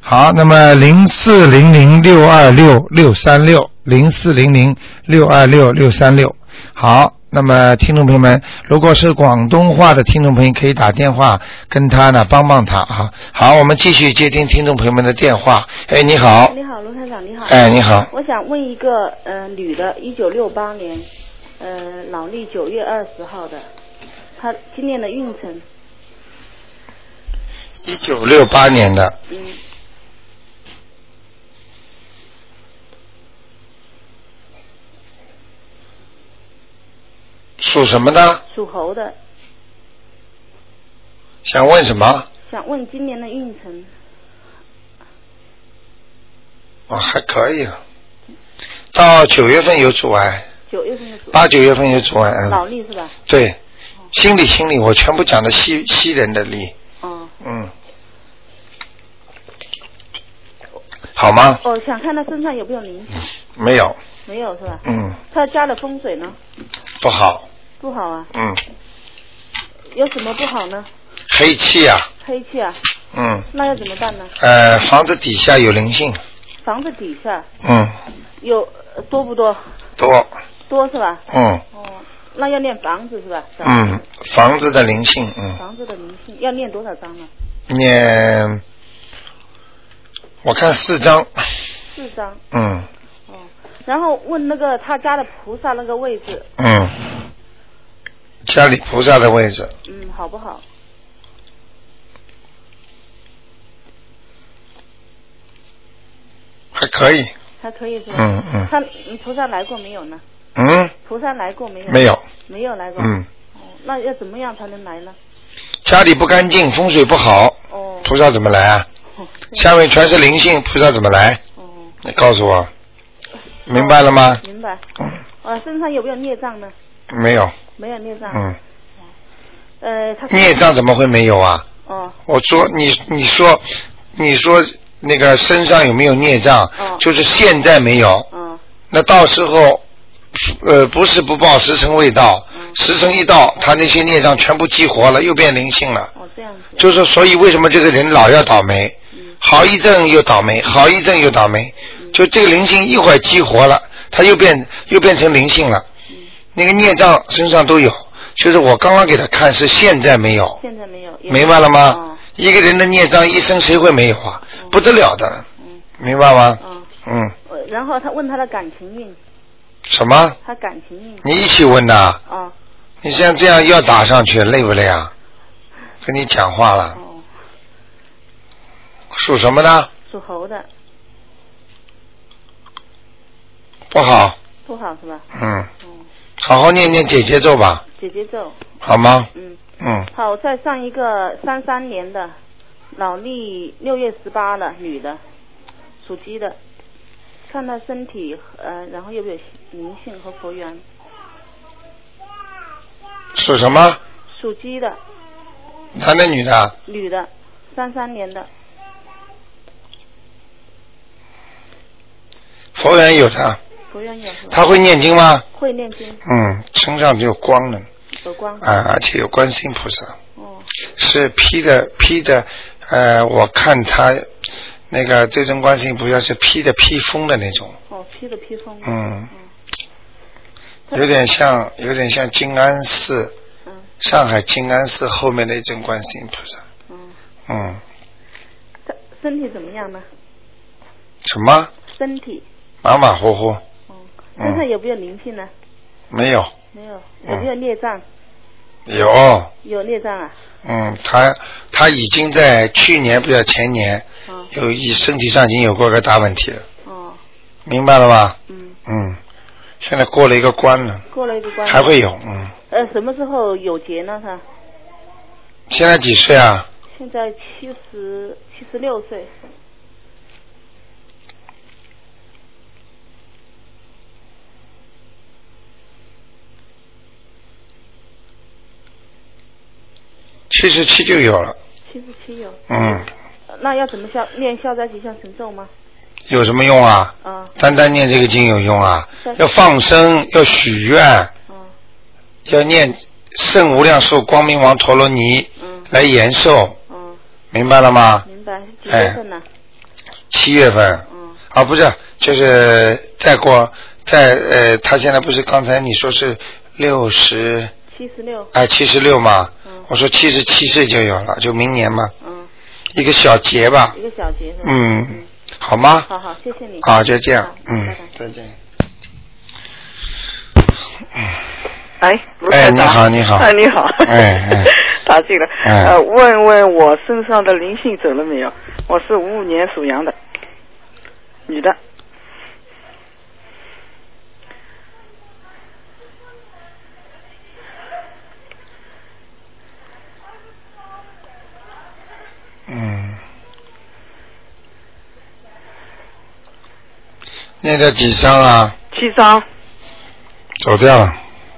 Speaker 1: 好，那么零四零零六二六六三六零四零零六二六六三六。好，那么听众朋友们，如果是广东话的听众朋友，可以打电话跟他呢帮帮他啊。好，我们继续接听听众朋友们的电话。哎，你好，
Speaker 4: 你好，卢台长，你好。
Speaker 1: 哎，你好，
Speaker 4: 我想问一个，呃，女的，一九六八年，呃，农历九月二十号的，她今年的运程，
Speaker 1: 一九六八年的，
Speaker 4: 嗯，
Speaker 1: 属什么的？
Speaker 4: 属猴的，
Speaker 1: 想问什么？
Speaker 4: 想问今年的运程，
Speaker 1: 哦，还可以啊，到九月份有阻碍，
Speaker 4: 九月份的属，
Speaker 1: 八九月份有阻碍，嗯。
Speaker 4: 脑力是吧？
Speaker 1: 对，心理心理，我全部讲的西西人的力，
Speaker 4: 哦，
Speaker 1: 嗯，好吗？
Speaker 4: 哦，想看她身上有没有灵性，
Speaker 1: 没有，
Speaker 4: 没有是吧？
Speaker 1: 嗯，
Speaker 4: 她家的风水呢？
Speaker 1: 不好，
Speaker 4: 不好啊，
Speaker 1: 嗯，
Speaker 4: 有什么不好呢？
Speaker 1: 黑气啊，
Speaker 4: 黑气啊，
Speaker 1: 嗯，
Speaker 2: 那要怎么办呢？
Speaker 1: 呃，房子底下有灵性，
Speaker 2: 房子底下
Speaker 1: 嗯，
Speaker 2: 有呃多不多？
Speaker 1: 多，
Speaker 2: 多是吧？
Speaker 1: 嗯
Speaker 2: 哦，那要念房子是吧？
Speaker 1: 嗯，房子的灵性，嗯，
Speaker 2: 房子的灵性要念多少啊章呢？
Speaker 1: 念，我看四张，
Speaker 2: 四章。
Speaker 1: 嗯
Speaker 2: 哦，然后问那个他家的菩萨那个位置，
Speaker 1: 嗯，家里菩萨的位置，
Speaker 2: 嗯，好不好？
Speaker 1: 还可以，
Speaker 2: 还可以是吧？
Speaker 1: 嗯嗯
Speaker 2: 他嗯菩萨来过没有呢？
Speaker 1: 嗯，
Speaker 2: 菩萨来过没有？
Speaker 1: 没有，
Speaker 2: 没有来过。
Speaker 1: 嗯，
Speaker 2: 哦，那要怎么样才能来呢？
Speaker 1: 家里不干净，风水不好，
Speaker 2: 哦，
Speaker 1: 菩萨怎么来啊？
Speaker 2: 哦
Speaker 1: 下面全是灵性，菩萨怎么来？
Speaker 2: 哦，
Speaker 1: 你告诉我，明白了吗？
Speaker 2: 明白。
Speaker 1: 嗯，
Speaker 2: 啊，身上有没有孽障呢？
Speaker 1: 没有，
Speaker 2: 没有孽障。
Speaker 1: 嗯，
Speaker 2: 呃，他
Speaker 1: 孽障怎么会没有啊？
Speaker 2: 哦
Speaker 1: 我说你，你说，你说那个身上有没有孽障？
Speaker 2: 嗯
Speaker 1: 就是现在没有，
Speaker 2: 哦
Speaker 1: 那到时候，呃，不是不报，时辰未到，
Speaker 2: 嗯
Speaker 1: 时辰一到，他那些孽障全部激活了，又变灵性了。
Speaker 2: 哦，这样子。
Speaker 1: 就是所以为什么这个人老要倒霉，
Speaker 2: 嗯
Speaker 1: 好一阵又倒霉，好一阵又倒霉，就这个灵性一会儿激活了，他又变又变成灵性了，
Speaker 2: 嗯，
Speaker 1: 那个孽障身上都有。就是我刚刚给他看是现在没有，
Speaker 2: 现在没有。也
Speaker 1: 明白了吗
Speaker 2: 哦？
Speaker 1: 一个人的孽障一生谁会没有啊？不得了的，
Speaker 2: 嗯
Speaker 1: 明白吗？
Speaker 2: 嗯。
Speaker 1: 嗯，
Speaker 2: 呃然后他问他的感情运，
Speaker 1: 什么？
Speaker 2: 他感情运。
Speaker 1: 你一起问的？
Speaker 2: 哦
Speaker 1: 你像这样要打上去，累不累啊？跟你讲话了，
Speaker 2: 哦，
Speaker 1: 属什么呢？
Speaker 2: 属猴的
Speaker 1: 不好，
Speaker 2: 不好是吧？
Speaker 1: 嗯，
Speaker 2: 哦，
Speaker 1: 好好念念姐姐咒吧，
Speaker 2: 姐姐咒。
Speaker 1: 好吗？
Speaker 2: 嗯，
Speaker 1: 嗯，
Speaker 2: 好，再上一个三三年的，老历六月十八的女的，属鸡的，看她身体呃，然后有没有灵性和佛缘，
Speaker 1: 属什么？
Speaker 2: 属鸡的
Speaker 1: 男的女的？
Speaker 2: 女的，三三年的
Speaker 1: 佛缘有的，
Speaker 2: 佛缘有是吧？
Speaker 1: 他会念经吗？
Speaker 2: 会念经，
Speaker 1: 嗯，身上就有光呢，
Speaker 2: 有光。
Speaker 1: 啊，而且有观世音菩萨，
Speaker 2: 哦
Speaker 1: 是披的披的，呃，我看他那个这尊观世音菩萨是披的披风的那种，
Speaker 2: 哦，披着披风。哦
Speaker 1: 嗯，有点像有点像静安寺
Speaker 2: 嗯
Speaker 1: 上海静安寺后面的一尊观世音菩萨，
Speaker 2: 嗯，
Speaker 1: 嗯，
Speaker 2: 她身体怎么样呢？
Speaker 1: 什么
Speaker 2: 身体，
Speaker 1: 马马虎虎
Speaker 2: 哦，
Speaker 1: 嗯
Speaker 2: 身上有没有灵性呢？
Speaker 1: 没有
Speaker 2: 没有，
Speaker 1: 嗯
Speaker 2: 有没有孽障？
Speaker 1: 有，
Speaker 2: 有孽障啊！
Speaker 1: 嗯，他他已经在去年不叫前年
Speaker 2: 哦
Speaker 1: 有一身体上已经有过个大问题了，
Speaker 2: 哦，
Speaker 1: 明白了吧？
Speaker 2: 嗯，
Speaker 1: 嗯，现在过了一个关了，
Speaker 2: 过了一个关。
Speaker 1: 还会有，嗯，
Speaker 2: 呃，什么时候有结呢？他
Speaker 1: 现在几岁啊？
Speaker 2: 现在七十七十六岁，
Speaker 1: 七十七就有了，
Speaker 2: 七十七有。
Speaker 1: 嗯，
Speaker 2: 呃那要怎么消念消灾吉祥神咒吗？
Speaker 1: 有什么用啊？
Speaker 2: 啊
Speaker 1: 单单念这个经有用啊
Speaker 2: 对？
Speaker 1: 要放生，要许愿，
Speaker 2: 啊
Speaker 1: 要念圣无量寿光明王陀罗尼
Speaker 2: 嗯
Speaker 1: 来延寿，
Speaker 2: 嗯，
Speaker 1: 明白了吗？
Speaker 2: 明白。几
Speaker 1: 哎
Speaker 2: 月份呢？
Speaker 1: 七月份
Speaker 2: 嗯
Speaker 1: 啊，不是，就是再过再呃，他现在不是刚才你说是六十
Speaker 2: 七十六。
Speaker 1: 哎七十六嘛
Speaker 2: 嗯？
Speaker 1: 我说七十七岁就有了，就明年嘛，
Speaker 2: 嗯，
Speaker 1: 一个小节吧
Speaker 2: 一，个小节是吧？
Speaker 1: 嗯，好吗？
Speaker 2: 好好，谢谢你。
Speaker 1: 啊，就这样
Speaker 2: 好，
Speaker 1: 嗯
Speaker 2: 拜拜，
Speaker 1: 再见。
Speaker 5: 哎，卢
Speaker 1: 哎
Speaker 5: 台长
Speaker 1: 你好你好
Speaker 5: 哎，你好，
Speaker 1: 哎哎
Speaker 5: 打进了，
Speaker 1: 哎
Speaker 5: 呃，问问我身上的灵性走了没有？我是五五年属羊的，女的，
Speaker 1: 嗯，念了几张啊？
Speaker 5: 七张
Speaker 1: 走掉了。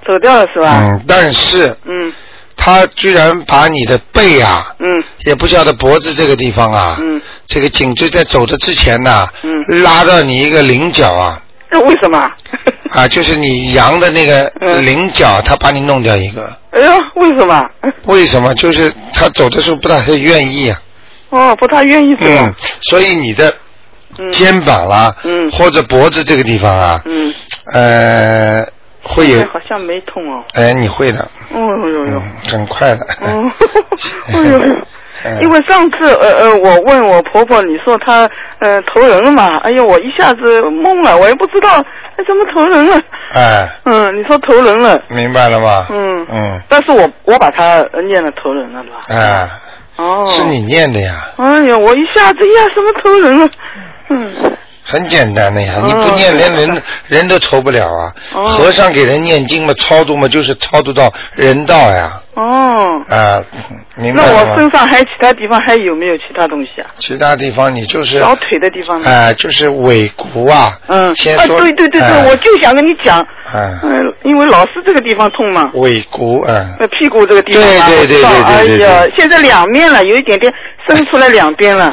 Speaker 5: 走掉了是吧？
Speaker 1: 嗯，但是
Speaker 5: 嗯
Speaker 1: 他居然把你的背啊，
Speaker 5: 嗯
Speaker 1: 也不晓得脖子这个地方啊，
Speaker 5: 嗯，
Speaker 1: 这个颈椎在走的之前呐、
Speaker 5: 嗯
Speaker 1: 拉到你一个菱角啊，
Speaker 5: 这为什么？
Speaker 1: 啊，就是你羊的那个
Speaker 5: 嗯
Speaker 1: 菱角，他把你弄掉一个。
Speaker 5: 哎呦，为什么？
Speaker 1: 为什么？就是他走的时候不大愿意啊，
Speaker 5: 哦，不大愿意是吧
Speaker 1: 嗯？，所以你的
Speaker 5: 嗯
Speaker 1: 肩膀啦，
Speaker 5: 嗯
Speaker 1: 或者脖子这个地方啊，
Speaker 5: 嗯，
Speaker 1: 呃，会有
Speaker 5: 哎，好像没痛哦。
Speaker 1: 哎，你会的，
Speaker 5: 哦呦呦
Speaker 1: 嗯，，很快的，
Speaker 5: 哦， 哎呦呦。
Speaker 1: 嗯
Speaker 5: 因为上次呃呃，我问我婆婆，你说她呃投人了嘛？哎呦，我一下子懵了，我也不知道哎怎么投人了。
Speaker 1: 哎，
Speaker 5: 嗯，你说投人了，
Speaker 1: 明白了吗？
Speaker 5: 嗯
Speaker 1: 嗯，
Speaker 5: 但是我我把它呃念了投人了，对吧？
Speaker 1: 哎，
Speaker 5: 哦，
Speaker 1: 是你念的呀，
Speaker 5: 哎呀，我一下子呀，什么投人了？嗯，
Speaker 1: 很简单的呀，
Speaker 5: 哦
Speaker 1: 你不念连人人都投不了啊。
Speaker 5: 哦
Speaker 1: 和尚给人念经嘛，超度嘛，就是超度到人道呀，
Speaker 5: 哦，
Speaker 1: 啊，明
Speaker 5: 那
Speaker 1: 白了
Speaker 5: 我身
Speaker 1: 吗？
Speaker 5: 上还有其他地方还有没有其他东西啊？
Speaker 1: 其他地方你就是
Speaker 5: 小腿的地方呢？
Speaker 1: 哎，就是尾骨啊，
Speaker 5: 嗯，
Speaker 1: 先
Speaker 5: 啊，
Speaker 1: 说
Speaker 5: 对对对
Speaker 1: 哎
Speaker 5: 对，我就想跟你讲，
Speaker 1: 哎
Speaker 5: 嗯，因为老是这个地方痛嘛，
Speaker 1: 尾骨啊，
Speaker 5: 呃，屁股这个地方嘛，
Speaker 1: 对对对
Speaker 5: 我知道
Speaker 1: 对对对
Speaker 5: 哎呀，现在两面了，有一点点伸出来两 边了，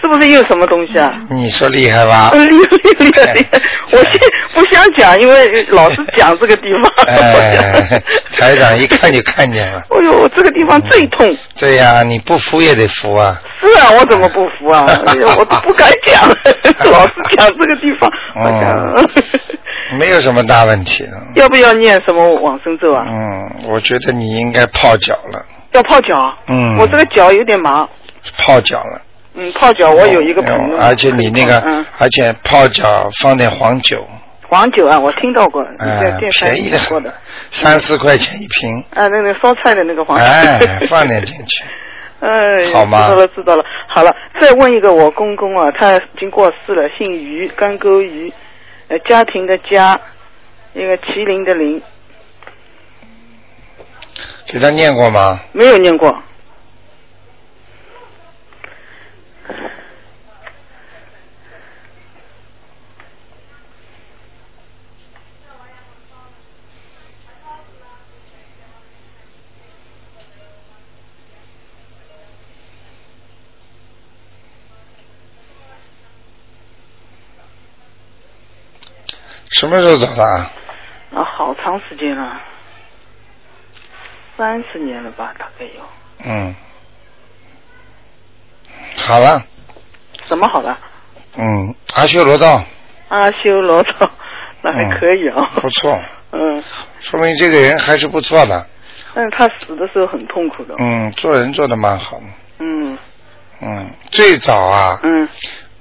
Speaker 5: 是不是又有什么东西啊？
Speaker 1: 你说厉害吧？
Speaker 5: 嗯，厉害厉害厉害！ 我现不想讲，因为老是讲这个地方。
Speaker 1: 哎，台长一看就看见了。
Speaker 5: 哎呦，这个地方最痛。
Speaker 1: 对呀、你不服也得服啊。
Speaker 5: 是啊，我怎么不服啊？哎呦，我都不敢讲， 老是讲这个地方。我
Speaker 1: 哦
Speaker 5: 想，
Speaker 1: 没有什么大问题的。
Speaker 5: 要不要念什么往生咒啊？
Speaker 1: 嗯，我觉得你应该泡脚了。
Speaker 5: 要泡脚。
Speaker 1: 嗯，
Speaker 5: 我这个脚有点麻。
Speaker 1: 泡脚了。
Speaker 5: 嗯，泡脚我有一个朋友。
Speaker 1: 哦而且你那个，
Speaker 5: 嗯，
Speaker 1: 而且泡脚放点黄酒，
Speaker 5: 黄酒啊，我听到过，你
Speaker 1: 哎、
Speaker 5: 在电视
Speaker 1: 便宜的
Speaker 5: 上说
Speaker 1: 很
Speaker 5: 的。，
Speaker 1: 三四块钱一瓶，
Speaker 5: 啊，那个烧菜的那个黄酒。
Speaker 1: 哎，放点进去，
Speaker 5: 哎，
Speaker 1: 好吗
Speaker 5: 知道了，知道了。好了，再问一个，我公公啊，他已经过世了，姓于，干沟于，呃，家庭的家，一个麒麟的麟，
Speaker 1: 给他念过吗？
Speaker 5: 没有念过。
Speaker 1: 什么时候找的啊？
Speaker 5: 啊，好长时间了，三十年了吧，大概有。
Speaker 1: 嗯，好了，
Speaker 5: 什么好了？
Speaker 1: 嗯，阿修罗道
Speaker 5: 阿修罗道，那还可以啊。
Speaker 1: 嗯不错，
Speaker 5: 嗯
Speaker 1: 说明这个人还是不错的，
Speaker 5: 但是他死的时候很痛苦的。
Speaker 1: 嗯，做人做的蛮好的，
Speaker 5: 嗯
Speaker 1: 嗯，最早啊，
Speaker 5: 嗯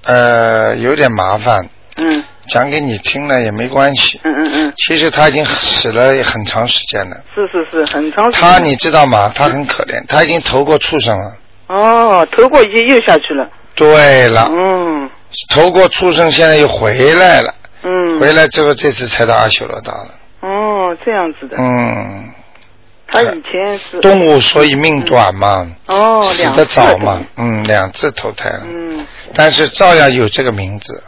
Speaker 1: 呃，有点麻烦，
Speaker 5: 嗯
Speaker 1: 讲给你听了也没关系。
Speaker 5: 嗯嗯嗯，
Speaker 1: 其实他已经死了很长时间了。
Speaker 5: 是是是，很长时间。
Speaker 1: 他你知道吗？他很可怜，他已经投过畜生了。
Speaker 5: 哦，头过一又下去了。
Speaker 1: 对了，
Speaker 5: 嗯
Speaker 1: 投过畜生，现在又回来了。
Speaker 5: 嗯。
Speaker 1: 回来之后，这次才到阿修罗道了。
Speaker 5: 哦，这样子的。
Speaker 1: 嗯，
Speaker 5: 他以前是
Speaker 1: 动物所以命短嘛，
Speaker 5: 哦，
Speaker 1: 死
Speaker 5: 两
Speaker 1: 得
Speaker 5: 次
Speaker 1: 早嘛。，嗯，两次投胎了，
Speaker 5: 嗯
Speaker 1: 但是照样有这个名字，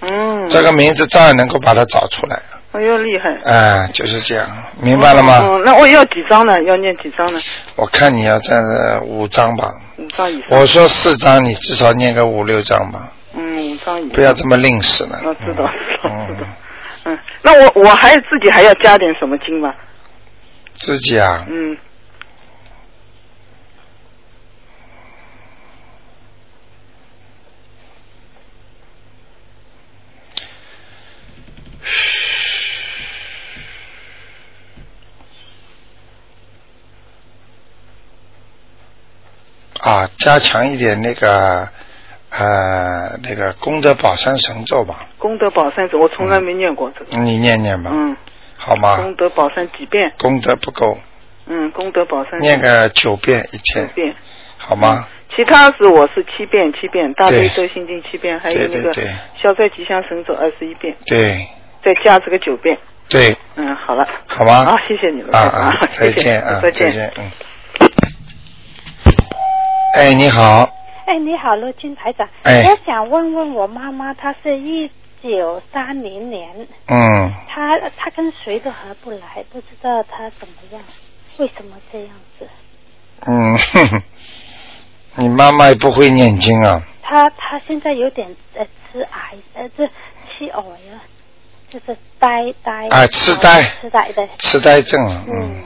Speaker 5: 嗯，
Speaker 1: 这个名字照样能够把它找出来。
Speaker 5: 哎呦厉害，
Speaker 1: 哎、就是这样，明白了吗？
Speaker 5: 嗯，那我要几张呢？要念几张呢？
Speaker 1: 我看你要占呃五张吧。
Speaker 5: 五张以上。
Speaker 1: 我说四张，你至少念个五六张吧，
Speaker 5: 嗯，五张以上。
Speaker 1: 不要这么吝啬了。
Speaker 5: 哦，知道知道
Speaker 1: 嗯
Speaker 5: 知道。嗯，那我我还自己还要加点什么经吧？
Speaker 1: 自己啊，
Speaker 5: 嗯，
Speaker 1: 啊，加强一点那个呃那个功德宝山神咒吧，
Speaker 5: 功德宝山子我从来没念过这个。
Speaker 1: 你念念吧，
Speaker 5: 嗯，
Speaker 1: 好吗
Speaker 5: 功？德宝山几遍？
Speaker 1: 功德不够，
Speaker 5: 嗯，功德宝山
Speaker 1: 念个九遍一
Speaker 5: 九
Speaker 1: 天，
Speaker 5: 遍。
Speaker 1: 好吗？
Speaker 5: 其他是我是七遍七遍，大
Speaker 1: 对
Speaker 5: 悲咒心经七嗯遍，还有
Speaker 1: 对
Speaker 5: 那
Speaker 1: 对
Speaker 5: 个
Speaker 1: 对
Speaker 5: 消灾吉祥神咒二十一遍，
Speaker 1: 对
Speaker 5: 再加这个九遍。
Speaker 1: 对，
Speaker 5: 嗯，好了。
Speaker 1: 好吗？
Speaker 5: 好，谢谢你了。
Speaker 1: 啊啊，
Speaker 5: 谢
Speaker 1: 再
Speaker 5: 谢
Speaker 1: 见啊，
Speaker 5: 再
Speaker 1: 再见，嗯。哎，你好，
Speaker 6: 哎，你好，陆金台长，
Speaker 1: 哎
Speaker 6: 我想问问我妈妈，她是一九三零年，
Speaker 1: 嗯，
Speaker 6: 她她跟谁都合不来，不知道她怎么样，为什么这样子？
Speaker 1: 嗯， 哼哼，你妈妈也不会念经啊，
Speaker 6: 她她现在有点呃痴癌，呃这痴偶呀，就是呆呆
Speaker 1: 啊痴呆
Speaker 6: 痴呆的，
Speaker 1: 痴呆症啊，嗯
Speaker 6: 嗯，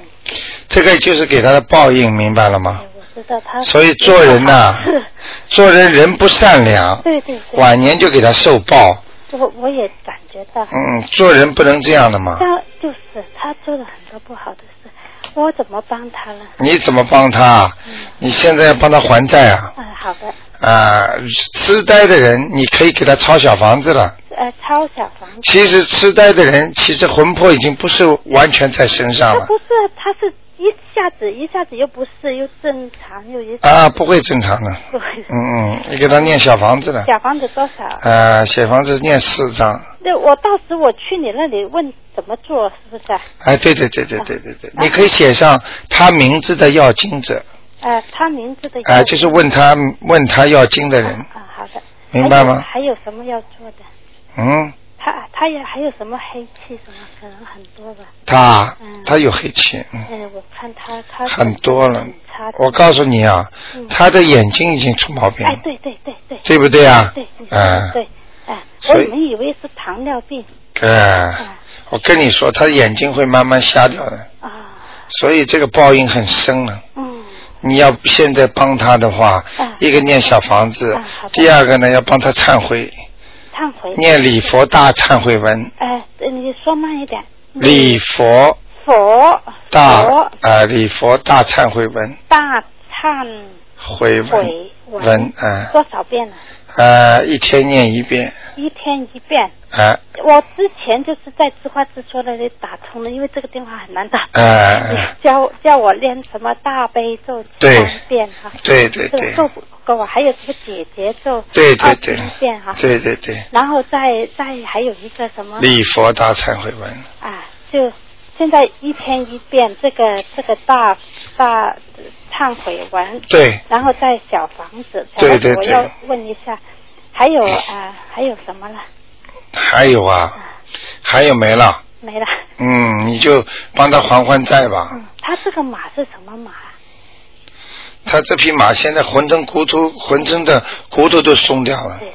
Speaker 1: 这个就是给她的报应，明白了吗
Speaker 6: 哎？我知知道他。
Speaker 1: 所以做人呐、
Speaker 6: 是
Speaker 5: 嗯
Speaker 1: 做人人不善良，
Speaker 6: 对对对。
Speaker 1: 晚年就给他受报。
Speaker 6: 我我也感觉到，
Speaker 1: 嗯，做人不能这样的嘛。
Speaker 5: 嗯
Speaker 6: 他就是他做了很多不好的事，我怎么帮他呢？
Speaker 1: 你怎么帮他？
Speaker 5: 嗯
Speaker 1: 你现在要帮他还债啊！
Speaker 6: 嗯，好的，
Speaker 1: 啊、痴呆的人，你可以给他抄小房子了。
Speaker 6: 呃，抄小房子。
Speaker 1: 其实痴呆的人，其实魂魄已经不是完全在身上
Speaker 6: 他
Speaker 1: 了
Speaker 6: 不是，他是一下子一下子又不是，又正常又一
Speaker 1: 啊， 不会正常的。
Speaker 6: 不会
Speaker 1: 嗯嗯，你给他念小房子了。
Speaker 6: 小房子多少？
Speaker 1: 呃，小房子念四张。
Speaker 6: 那我到时我去你那里问怎么做，是不是啊？
Speaker 1: 哎，对对对对对对对，你可以写上他名字的要经者，
Speaker 6: 呃，他名字的。
Speaker 1: 哎、就是问他问他要经的人，
Speaker 6: 啊，好的。
Speaker 1: 明白吗
Speaker 6: 还有还有什么要做的？
Speaker 1: 嗯，
Speaker 6: 他他也还有什么黑气什么，可能很多吧。
Speaker 1: 他
Speaker 6: 嗯
Speaker 1: 他有黑气，嗯，
Speaker 6: 嗯，我看他他
Speaker 1: 很多了
Speaker 6: 很差。
Speaker 1: 我告诉你啊
Speaker 6: 嗯，
Speaker 1: 他的眼睛已经出毛病
Speaker 6: 哎
Speaker 1: 了，，
Speaker 6: 对对对对。
Speaker 1: 对不对啊
Speaker 6: 对对
Speaker 1: 嗯
Speaker 6: 对。哎，我
Speaker 1: 所以
Speaker 6: 们以为是糖尿病
Speaker 1: 哎，我跟你说，他眼睛会慢慢瞎掉的，
Speaker 6: 啊，
Speaker 1: 所以这个报应很深啊了。
Speaker 6: 嗯，
Speaker 1: 你要现在帮他的话
Speaker 6: 嗯，
Speaker 1: 一个念小房子
Speaker 6: 嗯好，的嗯
Speaker 1: 第二个呢要帮他忏悔，
Speaker 6: 忏悔。
Speaker 1: 念礼佛大忏悔文，
Speaker 6: 哎，你说慢一点。
Speaker 1: 礼佛
Speaker 6: 佛
Speaker 1: 大
Speaker 6: 嗯佛
Speaker 1: 啊礼佛大忏悔文，
Speaker 6: 大忏
Speaker 1: 悔文
Speaker 6: 悔
Speaker 1: 文啊
Speaker 6: 多少遍了？
Speaker 1: 啊一天念一遍
Speaker 6: 一天一遍。
Speaker 1: 啊
Speaker 6: 我之前就是在知话直说那里打通了，因为这个电话很难打。
Speaker 1: 啊，
Speaker 6: 叫叫我练什么大悲咒
Speaker 1: 对
Speaker 6: 三遍哈、
Speaker 1: 对对
Speaker 6: 这
Speaker 1: 对
Speaker 6: 个够不够啊？还有这个解结咒
Speaker 1: 对对
Speaker 6: 二十
Speaker 1: 对
Speaker 6: 一遍哈、
Speaker 1: 对对对，
Speaker 6: 然后再再还有一个什么
Speaker 1: 礼佛大忏悔文。
Speaker 6: 啊？就现在一天一遍这个这个大大忏悔文，
Speaker 1: 对，
Speaker 6: 然后再小房子，小
Speaker 1: 对
Speaker 6: 房子
Speaker 1: 对
Speaker 6: 我
Speaker 1: 对
Speaker 6: 要问一下，还有啊还有什么了？
Speaker 1: 还有啊，
Speaker 6: 啊，
Speaker 1: 还有没了？
Speaker 6: 没了。
Speaker 1: 嗯，你就帮他还还债吧。
Speaker 6: 嗯，他这个马是什么马？
Speaker 1: 他这匹马现在浑身骨头、浑身的骨头都松掉了，
Speaker 6: 对对，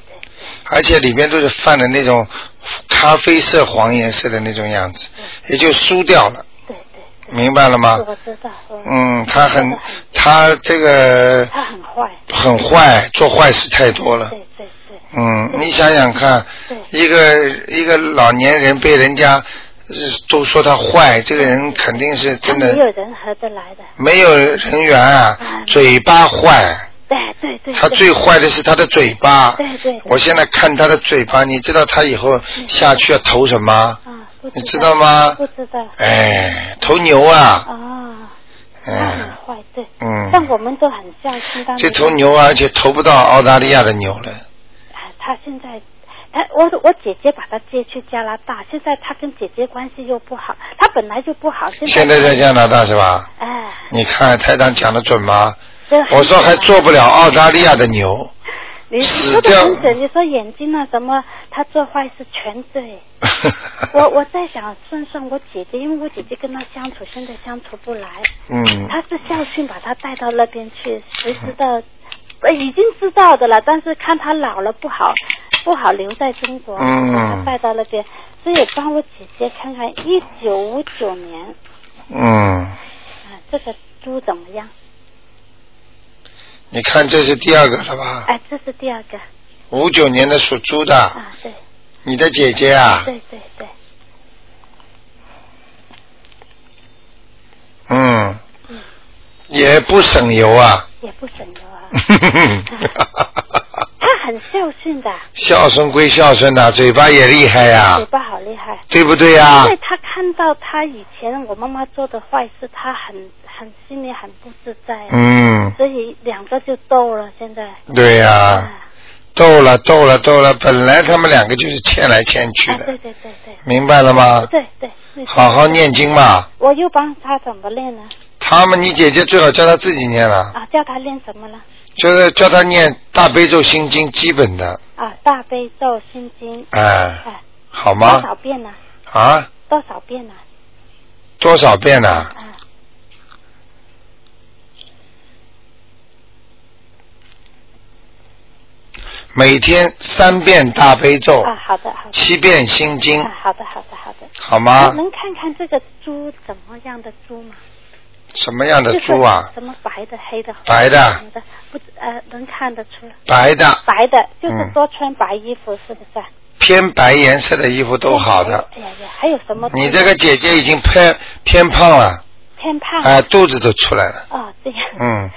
Speaker 1: 而且里面都是泛的那种咖啡色、黄颜色的那种样子，也就输掉了，
Speaker 6: 对对，
Speaker 1: 明白了吗？
Speaker 6: 我知道。我
Speaker 1: 嗯，他很
Speaker 6: 我知道，
Speaker 1: 他这个
Speaker 6: 他很坏。
Speaker 1: 很坏，做坏事太多了。
Speaker 6: 对对对
Speaker 1: 嗯，你想想看，
Speaker 6: 对
Speaker 1: 一个一个老年人被人家呃都说他坏，这个人肯定是
Speaker 6: 他
Speaker 1: 真
Speaker 6: 没有
Speaker 1: 的
Speaker 6: 人合得来的。
Speaker 1: 没有人缘啊
Speaker 6: 啊，
Speaker 1: 嘴巴坏。
Speaker 6: 对对对。
Speaker 1: 他
Speaker 6: 对
Speaker 1: 最坏的是他的嘴巴。
Speaker 6: 对对对
Speaker 1: 我现在看他的嘴巴，你知道他以后下去要投什么？
Speaker 6: 啊，不
Speaker 1: 你知道吗
Speaker 6: 不知道。
Speaker 1: 哎，投牛啊！
Speaker 6: 啊，他很
Speaker 1: 嗯
Speaker 6: 坏，对。但
Speaker 1: 嗯，
Speaker 6: 我们都很相信他。
Speaker 1: 这头牛啊，而且投不到澳大利亚的牛了。
Speaker 6: 啊，他现在，他我我姐姐把他接去加拿大，现在他跟姐姐关系又不好，他本来就不好，现在。
Speaker 1: 现在在加拿大是吧？
Speaker 6: 哎，
Speaker 1: 你看台长讲的准吗？
Speaker 6: 真的很
Speaker 1: 我说还
Speaker 6: 可怕
Speaker 1: 做不了澳大利亚的牛。
Speaker 6: 你
Speaker 1: 死
Speaker 6: 说的
Speaker 1: 掉
Speaker 6: 很准，你说眼睛啊什么，他做坏事全对。我我在想，算算我姐姐，因为我姐姐跟他相处，现在相处不来。
Speaker 1: 嗯，
Speaker 6: 他是校训把他带到那边去，谁知道？呃，已经知道的了，但是看他老了不好，不好留在中国，
Speaker 1: 嗯
Speaker 6: 把他带到那边。所以帮我姐姐看看，一九五九年
Speaker 1: 嗯，
Speaker 6: 啊、这个猪怎么样？
Speaker 1: 啊你看这是第二个了吧？
Speaker 6: 哎、这是第二个
Speaker 1: 五九年的属猪的，
Speaker 6: 啊，对
Speaker 1: 你的姐姐啊，
Speaker 6: 对对对，
Speaker 1: 嗯，也不省油 啊。
Speaker 6: 也不省油啊。他很孝顺的，
Speaker 1: 孝顺归孝顺呐、嘴巴也厉害呀、
Speaker 6: 嘴巴好厉害。
Speaker 1: 对不对呀、
Speaker 6: 因为他看到他以前我妈妈做的坏事，他很很心里很不自在、啊。
Speaker 1: 嗯，
Speaker 6: 所以两个就斗了，现在。
Speaker 1: 对呀、
Speaker 6: 啊，
Speaker 1: 斗了斗了斗了，本来他们两个就是欠来欠去
Speaker 6: 哎
Speaker 1: 的，
Speaker 6: 对对对对，
Speaker 1: 明白了吗？
Speaker 6: 对对对。
Speaker 1: 好好念经嘛。
Speaker 6: 我又帮他怎么练呢？
Speaker 1: 他们，你姐姐最好叫她自己念了，
Speaker 6: 啊，叫他练什么呢？
Speaker 1: 就是叫她念大悲咒心经基本的，
Speaker 6: 啊，大悲咒心经，
Speaker 1: 哎，
Speaker 6: 哎，
Speaker 1: 好吗
Speaker 6: 多？少遍呢？
Speaker 1: 啊，
Speaker 6: 多少遍呢？
Speaker 1: 多少遍呢、
Speaker 6: 啊，
Speaker 1: 每天三遍大悲咒，
Speaker 6: 啊，好的啊好的。
Speaker 1: 七遍哦心经
Speaker 6: 啊，，好的好的好的。
Speaker 1: 好吗？
Speaker 6: 能看看这个猪怎么样的猪吗？
Speaker 1: 什么样的猪啊？
Speaker 6: 什么白的、黑的、
Speaker 1: 白的
Speaker 6: 红的，不呃能看得出来。
Speaker 1: 白的
Speaker 6: 白的，就是
Speaker 1: 嗯
Speaker 6: 多穿白衣服，是不是啊？
Speaker 1: 偏白颜色的衣服都好的。
Speaker 6: 哎呀呀，还有什么？
Speaker 1: 你这个姐姐已经偏偏胖
Speaker 6: 啊
Speaker 1: 了，
Speaker 6: 偏胖。
Speaker 1: 哎、肚子都出来了。
Speaker 6: 哦，这样。
Speaker 1: 嗯，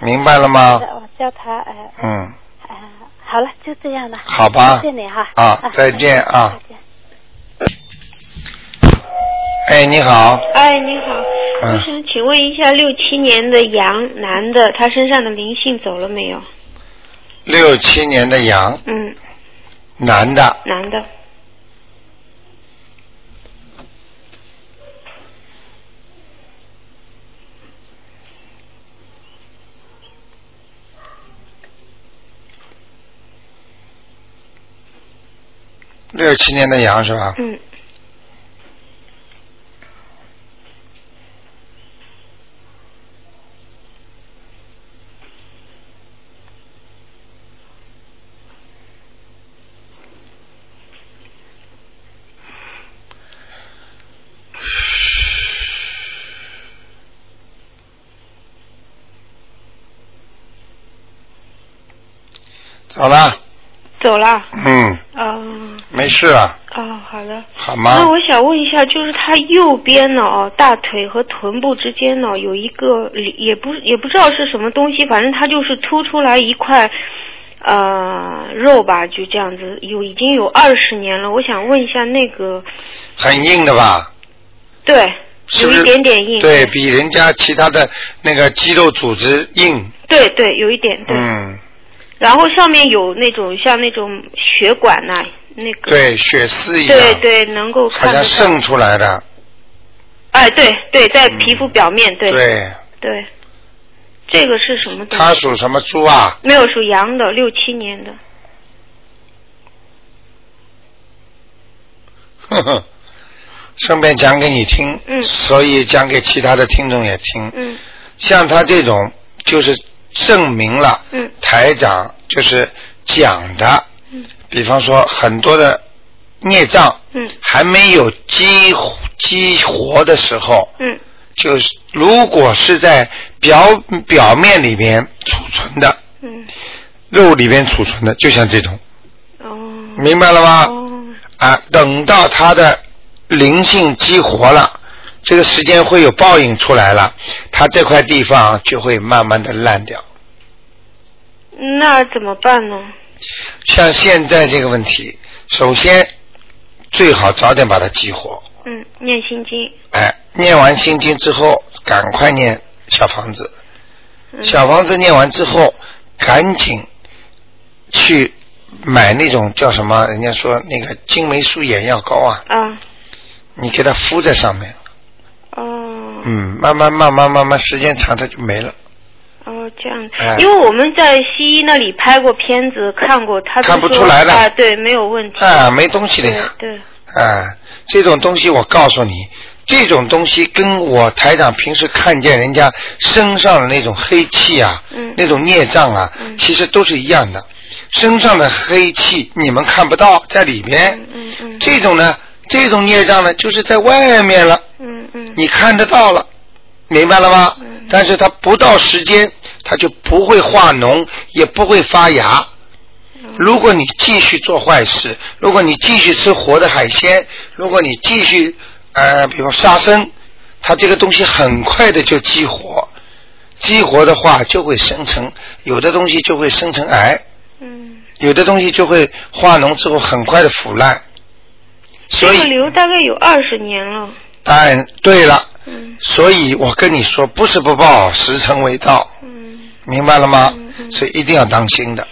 Speaker 1: 明白了吗？
Speaker 6: 我叫他呃
Speaker 1: 嗯，
Speaker 6: 呃，好了，就这样了。
Speaker 1: 好吧
Speaker 6: 谢谢你哈。
Speaker 1: 啊再见啊
Speaker 6: 再见。
Speaker 1: 哎，你好，
Speaker 7: 哎，你好，我
Speaker 1: 嗯，
Speaker 7: 想请问一下，六七年的羊男的，他身上的灵性走了没有？
Speaker 1: 六七年的羊，
Speaker 7: 嗯，
Speaker 1: 男的，
Speaker 7: 男的，
Speaker 1: 六七年的羊是吧？
Speaker 7: 嗯，
Speaker 1: 走了，
Speaker 7: 走了。
Speaker 1: 嗯，
Speaker 7: 嗯，
Speaker 1: 没事了，
Speaker 7: 哦，好的。
Speaker 1: 好
Speaker 7: 那
Speaker 1: 吗？
Speaker 7: 我想问一下，就是他右边呢，哦，大腿和臀部之间呢，有一个也不也不知道是什么东西，反正它就是凸出来一块，呃，肉吧，就这样子，有已经有二十年了。我想问一下那个，
Speaker 1: 很硬的吧？
Speaker 7: 对，
Speaker 1: 是
Speaker 7: 有
Speaker 1: 不是
Speaker 7: 一点点硬，
Speaker 1: 对比人家其他的那个肌肉组织硬，
Speaker 7: 对对，有一点对。
Speaker 1: 嗯，
Speaker 7: 然后上面有那种像那种血管呐、那个
Speaker 1: 对，血丝一样，
Speaker 7: 对对，能够
Speaker 1: 好
Speaker 7: 看得
Speaker 1: 像
Speaker 7: 到。
Speaker 1: 渗出来的，
Speaker 7: 哎，对对，在皮肤表面，对
Speaker 1: 对，
Speaker 7: 对这个是什么
Speaker 1: 嗯
Speaker 7: 东
Speaker 1: 它
Speaker 7: 西？
Speaker 1: 属什么猪啊？
Speaker 7: 没有属羊的，六七年的。
Speaker 1: 呵呵，顺便讲给你听，
Speaker 7: 嗯
Speaker 1: 所以讲给其他的听众也听，
Speaker 7: 嗯
Speaker 1: 像他这种就是证明了
Speaker 7: 嗯
Speaker 1: 台长就是讲的，
Speaker 7: 嗯
Speaker 1: 比方说很多的孽障
Speaker 7: 嗯
Speaker 1: 还没有激激活的时候，
Speaker 7: 嗯
Speaker 1: 就是如果是在表表面里边储存的
Speaker 7: 嗯，
Speaker 1: 肉里边储存的，就像这种，
Speaker 7: 哦
Speaker 1: 明白了吗？
Speaker 7: 哦
Speaker 1: 啊，等到它的灵性激活了，这个时间会有报应出来了，它这块地方啊就会慢慢的烂掉。
Speaker 7: 那怎么办呢？
Speaker 1: 像现在这个问题，首先最好早点把它激活，
Speaker 7: 嗯，念心经。
Speaker 1: 哎，念完心经之后，赶快念小房子，
Speaker 7: 嗯
Speaker 1: 小房子念完之后，赶紧去买那种叫什么？人家说那个金霉素眼药膏啊，
Speaker 7: 啊
Speaker 1: 你给它敷在上面。
Speaker 7: 哦。
Speaker 1: 嗯，慢慢慢慢慢慢，时间长它就没了。
Speaker 7: 哦，这样
Speaker 1: 哎，
Speaker 7: 因为我们在西医那里拍过片子，看过，他
Speaker 1: 看
Speaker 7: 都
Speaker 1: 不
Speaker 7: 说
Speaker 1: 出来的
Speaker 7: 啊，对，没有问题，
Speaker 1: 啊，没东西的
Speaker 7: 对
Speaker 1: 呀。
Speaker 7: 对，
Speaker 1: 啊，这种东西我告诉你，这种东西跟我台长平时看见人家身上的那种黑气啊，
Speaker 7: 嗯
Speaker 1: 那种孽障啊，
Speaker 7: 嗯
Speaker 1: 其实都是一样的。身上的黑气你们看不到，在里边。
Speaker 7: 嗯嗯嗯
Speaker 1: 这种呢，这种孽障呢，就是在外面了，
Speaker 7: 嗯嗯，
Speaker 1: 你看得到了。明白了吗？
Speaker 7: 嗯
Speaker 1: 但是它不到时间，它就不会化脓，也不会发芽。
Speaker 7: 嗯
Speaker 1: 如果你继续做坏事，如果你继续吃活的海鲜，如果你继续呃，比如杀生，它这个东西很快的就激活，激活的话就会生成，有的东西就会生成癌，
Speaker 7: 嗯，
Speaker 1: 有的东西就会化脓之后很快的腐烂。所
Speaker 7: 这个
Speaker 1: 以，
Speaker 7: 瘤大概有二十年了，
Speaker 1: 当然对了，
Speaker 7: 嗯
Speaker 1: 所以我跟你说，不是不报，时辰未到，
Speaker 7: 嗯，
Speaker 1: 明白了吗
Speaker 7: 嗯？嗯
Speaker 1: 所以一定要当心的。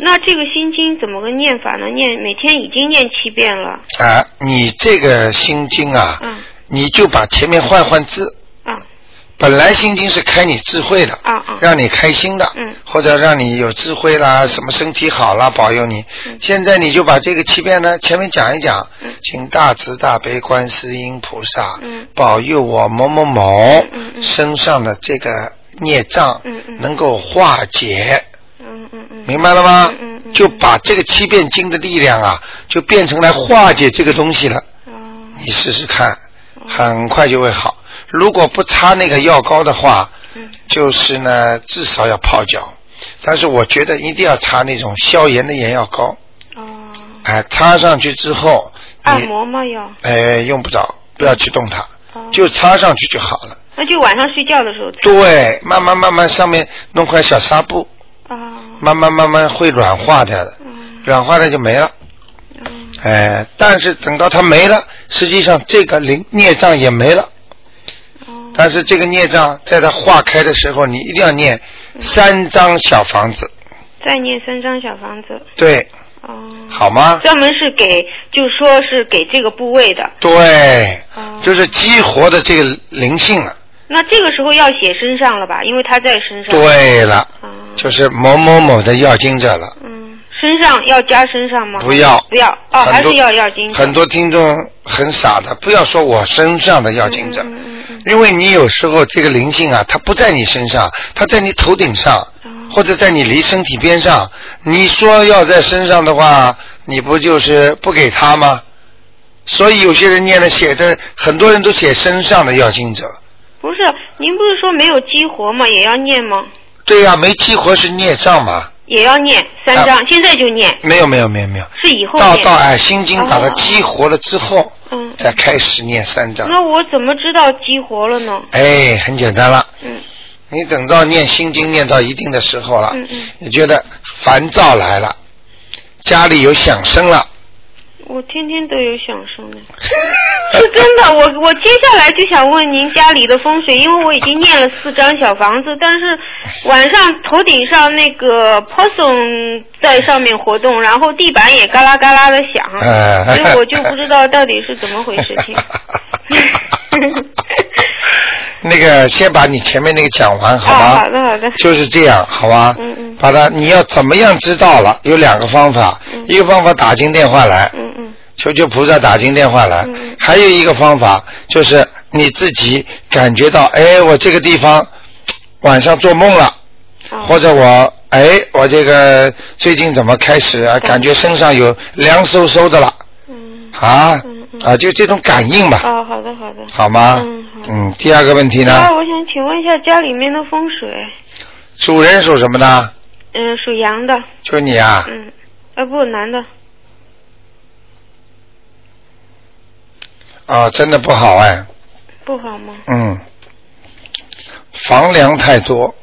Speaker 7: 那这个心经怎么个念法呢？念每天已经念七遍了，
Speaker 1: 啊，你这个心经啊，
Speaker 7: 嗯
Speaker 1: 你就把前面换换字。
Speaker 7: 啊
Speaker 1: 本来心经是开你智慧的，
Speaker 7: 啊啊，
Speaker 1: 让你开心的，
Speaker 7: 嗯
Speaker 1: 或者让你有智慧啦，什么身体好啦，保佑你。
Speaker 7: 嗯
Speaker 1: 现在你就把这个七遍呢，前面讲一讲，
Speaker 7: 嗯
Speaker 1: 请大慈大悲观世音菩萨、
Speaker 7: 嗯
Speaker 1: 保佑我某某某
Speaker 7: 嗯嗯嗯
Speaker 1: 身上的这个孽障、
Speaker 7: 嗯嗯
Speaker 1: 能够化解，
Speaker 7: 嗯嗯嗯，
Speaker 1: 明白了吗？
Speaker 7: 嗯嗯嗯
Speaker 1: 就把这个七遍经的力量啊，就变成来化解这个东西了。
Speaker 7: 哦
Speaker 1: 你试试看，
Speaker 7: 哦
Speaker 1: 很快就会好。如果不擦那个药膏的话，
Speaker 7: 嗯
Speaker 1: 就是呢至少要泡脚，但是我觉得一定要擦那种消炎的眼药膏。哎，擦上去之后，
Speaker 7: 哦按摩吗要？哦
Speaker 1: 哎，用不着，不要去动它，就擦上去就好了。
Speaker 7: 那就晚上睡觉的时候。
Speaker 1: 对，慢慢慢慢上面弄块小纱布，
Speaker 7: 哦
Speaker 1: 慢慢慢慢会软化掉的，
Speaker 7: 嗯
Speaker 1: 软化掉就没了。哎，但是等到它没了，实际上这个灵孽障也没了。
Speaker 7: 嗯
Speaker 1: 但是这个孽障在它化开的时候，你一定要念
Speaker 7: 嗯
Speaker 1: 三张小房子，
Speaker 7: 再念三张小房子，哦
Speaker 1: 对，
Speaker 7: 嗯
Speaker 1: 好吗？
Speaker 7: 专门是给，就说是给这个部位的。哦
Speaker 1: 对，就是激活的这个灵性啊了。
Speaker 7: 那这个时候要写身上了吧？因为他在身上。哦
Speaker 1: 对了，
Speaker 7: 嗯
Speaker 1: 就是某某某的要经者了。
Speaker 7: 身上要加身上吗？
Speaker 1: 不要
Speaker 7: 嗯不要，哦，还
Speaker 1: 很多
Speaker 7: 是要要经。
Speaker 1: 很多听众很傻的，不要说我身上的要经者，
Speaker 7: 嗯
Speaker 1: 因为你有时候这个灵性啊，它不在你身上，它在你头顶上，
Speaker 7: 嗯
Speaker 1: 或者在你离身体边上。你说要在身上的话，你不就是不给他吗？所以有些人念的写的，很多人都写身上的要经者。
Speaker 7: 不是，您不是说没有激活吗？也要念吗？
Speaker 1: 对呀、没激活是孽障嘛？
Speaker 7: 也要念三张，
Speaker 1: 啊
Speaker 7: 现在就念，
Speaker 1: 没有没有没有没有，
Speaker 7: 是以后
Speaker 1: 到
Speaker 7: 念。
Speaker 1: 到哎，心经把它
Speaker 7: 哦
Speaker 1: 激活了之后，
Speaker 7: 嗯，
Speaker 1: 再开始念三章。
Speaker 7: 那我怎么知道激活了呢？
Speaker 1: 哎，很简单了。
Speaker 7: 嗯。
Speaker 1: 你等到念心经念到一定的时候了，
Speaker 7: 嗯嗯，
Speaker 1: 你觉得烦躁来了，家里有响声了，
Speaker 7: 我天天都有响声 的，是真的。我我接下来就想问您家里的风水，因为我已经念了四张小房子，但是
Speaker 1: 哎
Speaker 7: 晚上头顶上那个 possum 在上面活动，然后地板也嘎啦嘎啦的响，
Speaker 1: 哎
Speaker 7: 啊所以我就不知道到底是怎么回事情。
Speaker 1: 那个先把你前面那个讲完好
Speaker 7: 啊，
Speaker 1: 吗？
Speaker 7: 好的好的，
Speaker 1: 就是这样，好吧？
Speaker 7: 嗯嗯
Speaker 1: 把它，你要怎么样知道了？有两个方法，一个方法打进电话来，
Speaker 7: 嗯嗯
Speaker 1: 求求菩萨打进电话来。还有一个方法就是你自己感觉到，哎，我这个地方晚上做梦了，
Speaker 7: 哦
Speaker 1: 或者我哎，我这个最近怎么开始啊？感觉身上有凉飕飕的了。啊啊，就这种感应吧，
Speaker 7: 啊，嗯好的好的。
Speaker 1: 好吗？嗯，第二个问题呢
Speaker 7: 啊，，我想请问一下家里面的风水，
Speaker 1: 主人属什么呢？
Speaker 7: 嗯、属羊的，
Speaker 1: 就你啊，
Speaker 7: 嗯，啊不，男的，
Speaker 1: 啊，真的不好哎，
Speaker 7: 不好吗？
Speaker 1: 嗯，房梁太多，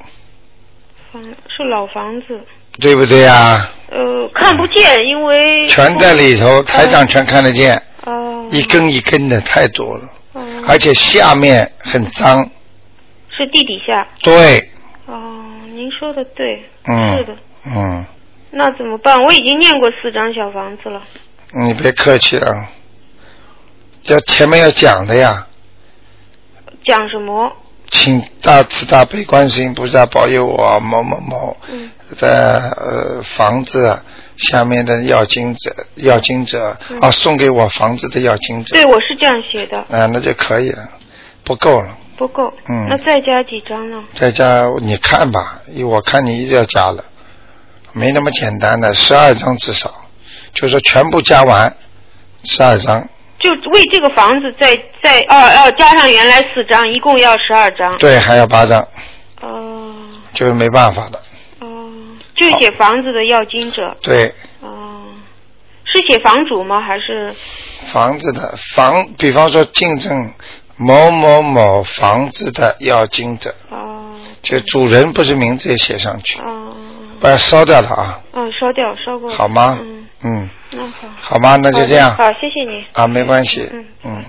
Speaker 7: 房是老房子，
Speaker 1: 对不对啊？
Speaker 7: 呃，看不见，因为
Speaker 1: 嗯全在里头，台长全看得见，
Speaker 7: 哦、
Speaker 1: 一根一根的太多了，
Speaker 7: 嗯
Speaker 1: 而且下面很脏，
Speaker 7: 是地底下。
Speaker 1: 对，
Speaker 7: 哦，您说的对，
Speaker 1: 嗯
Speaker 7: 是的。
Speaker 1: 嗯，
Speaker 7: 那怎么办？我已经念过四张小房子了。
Speaker 1: 你别客气了，要前面要讲的呀，
Speaker 7: 讲什么？
Speaker 1: 请大慈大悲观世音菩萨保佑我某某某
Speaker 7: 嗯
Speaker 1: 的呃房子下面的要经者，要经者
Speaker 7: 嗯
Speaker 1: 啊，送给我房子的要经者，
Speaker 7: 对，我是这样写的，
Speaker 1: 啊，那就可以了，不够了。
Speaker 7: 不够。
Speaker 1: 嗯
Speaker 7: 那再加几张呢？
Speaker 1: 在家你看吧，我看你一直要加了，没那么简单的，十二张至少，就是说全部加完，十二张，
Speaker 7: 就为这个房子再再哦哦，加上原来四张，一共要十二张。
Speaker 1: 对，还要八张。
Speaker 7: 哦
Speaker 1: 就是没办法了。
Speaker 7: 哦，就写房子的要经者。
Speaker 1: 对，
Speaker 7: 哦，是写房主吗？还是
Speaker 1: 房子的房，比方说竞争某某某房子的要经者，
Speaker 7: 哦
Speaker 1: 就主人不是名字也写上去，
Speaker 7: 哦
Speaker 1: 把它烧掉了啊，
Speaker 7: 哦，烧掉烧过了。
Speaker 1: 好吗？
Speaker 7: 嗯，
Speaker 1: 嗯，
Speaker 7: 那好。
Speaker 1: 好吗？那就这样
Speaker 7: 好的好，谢谢你。
Speaker 1: 啊，没关系，嗯。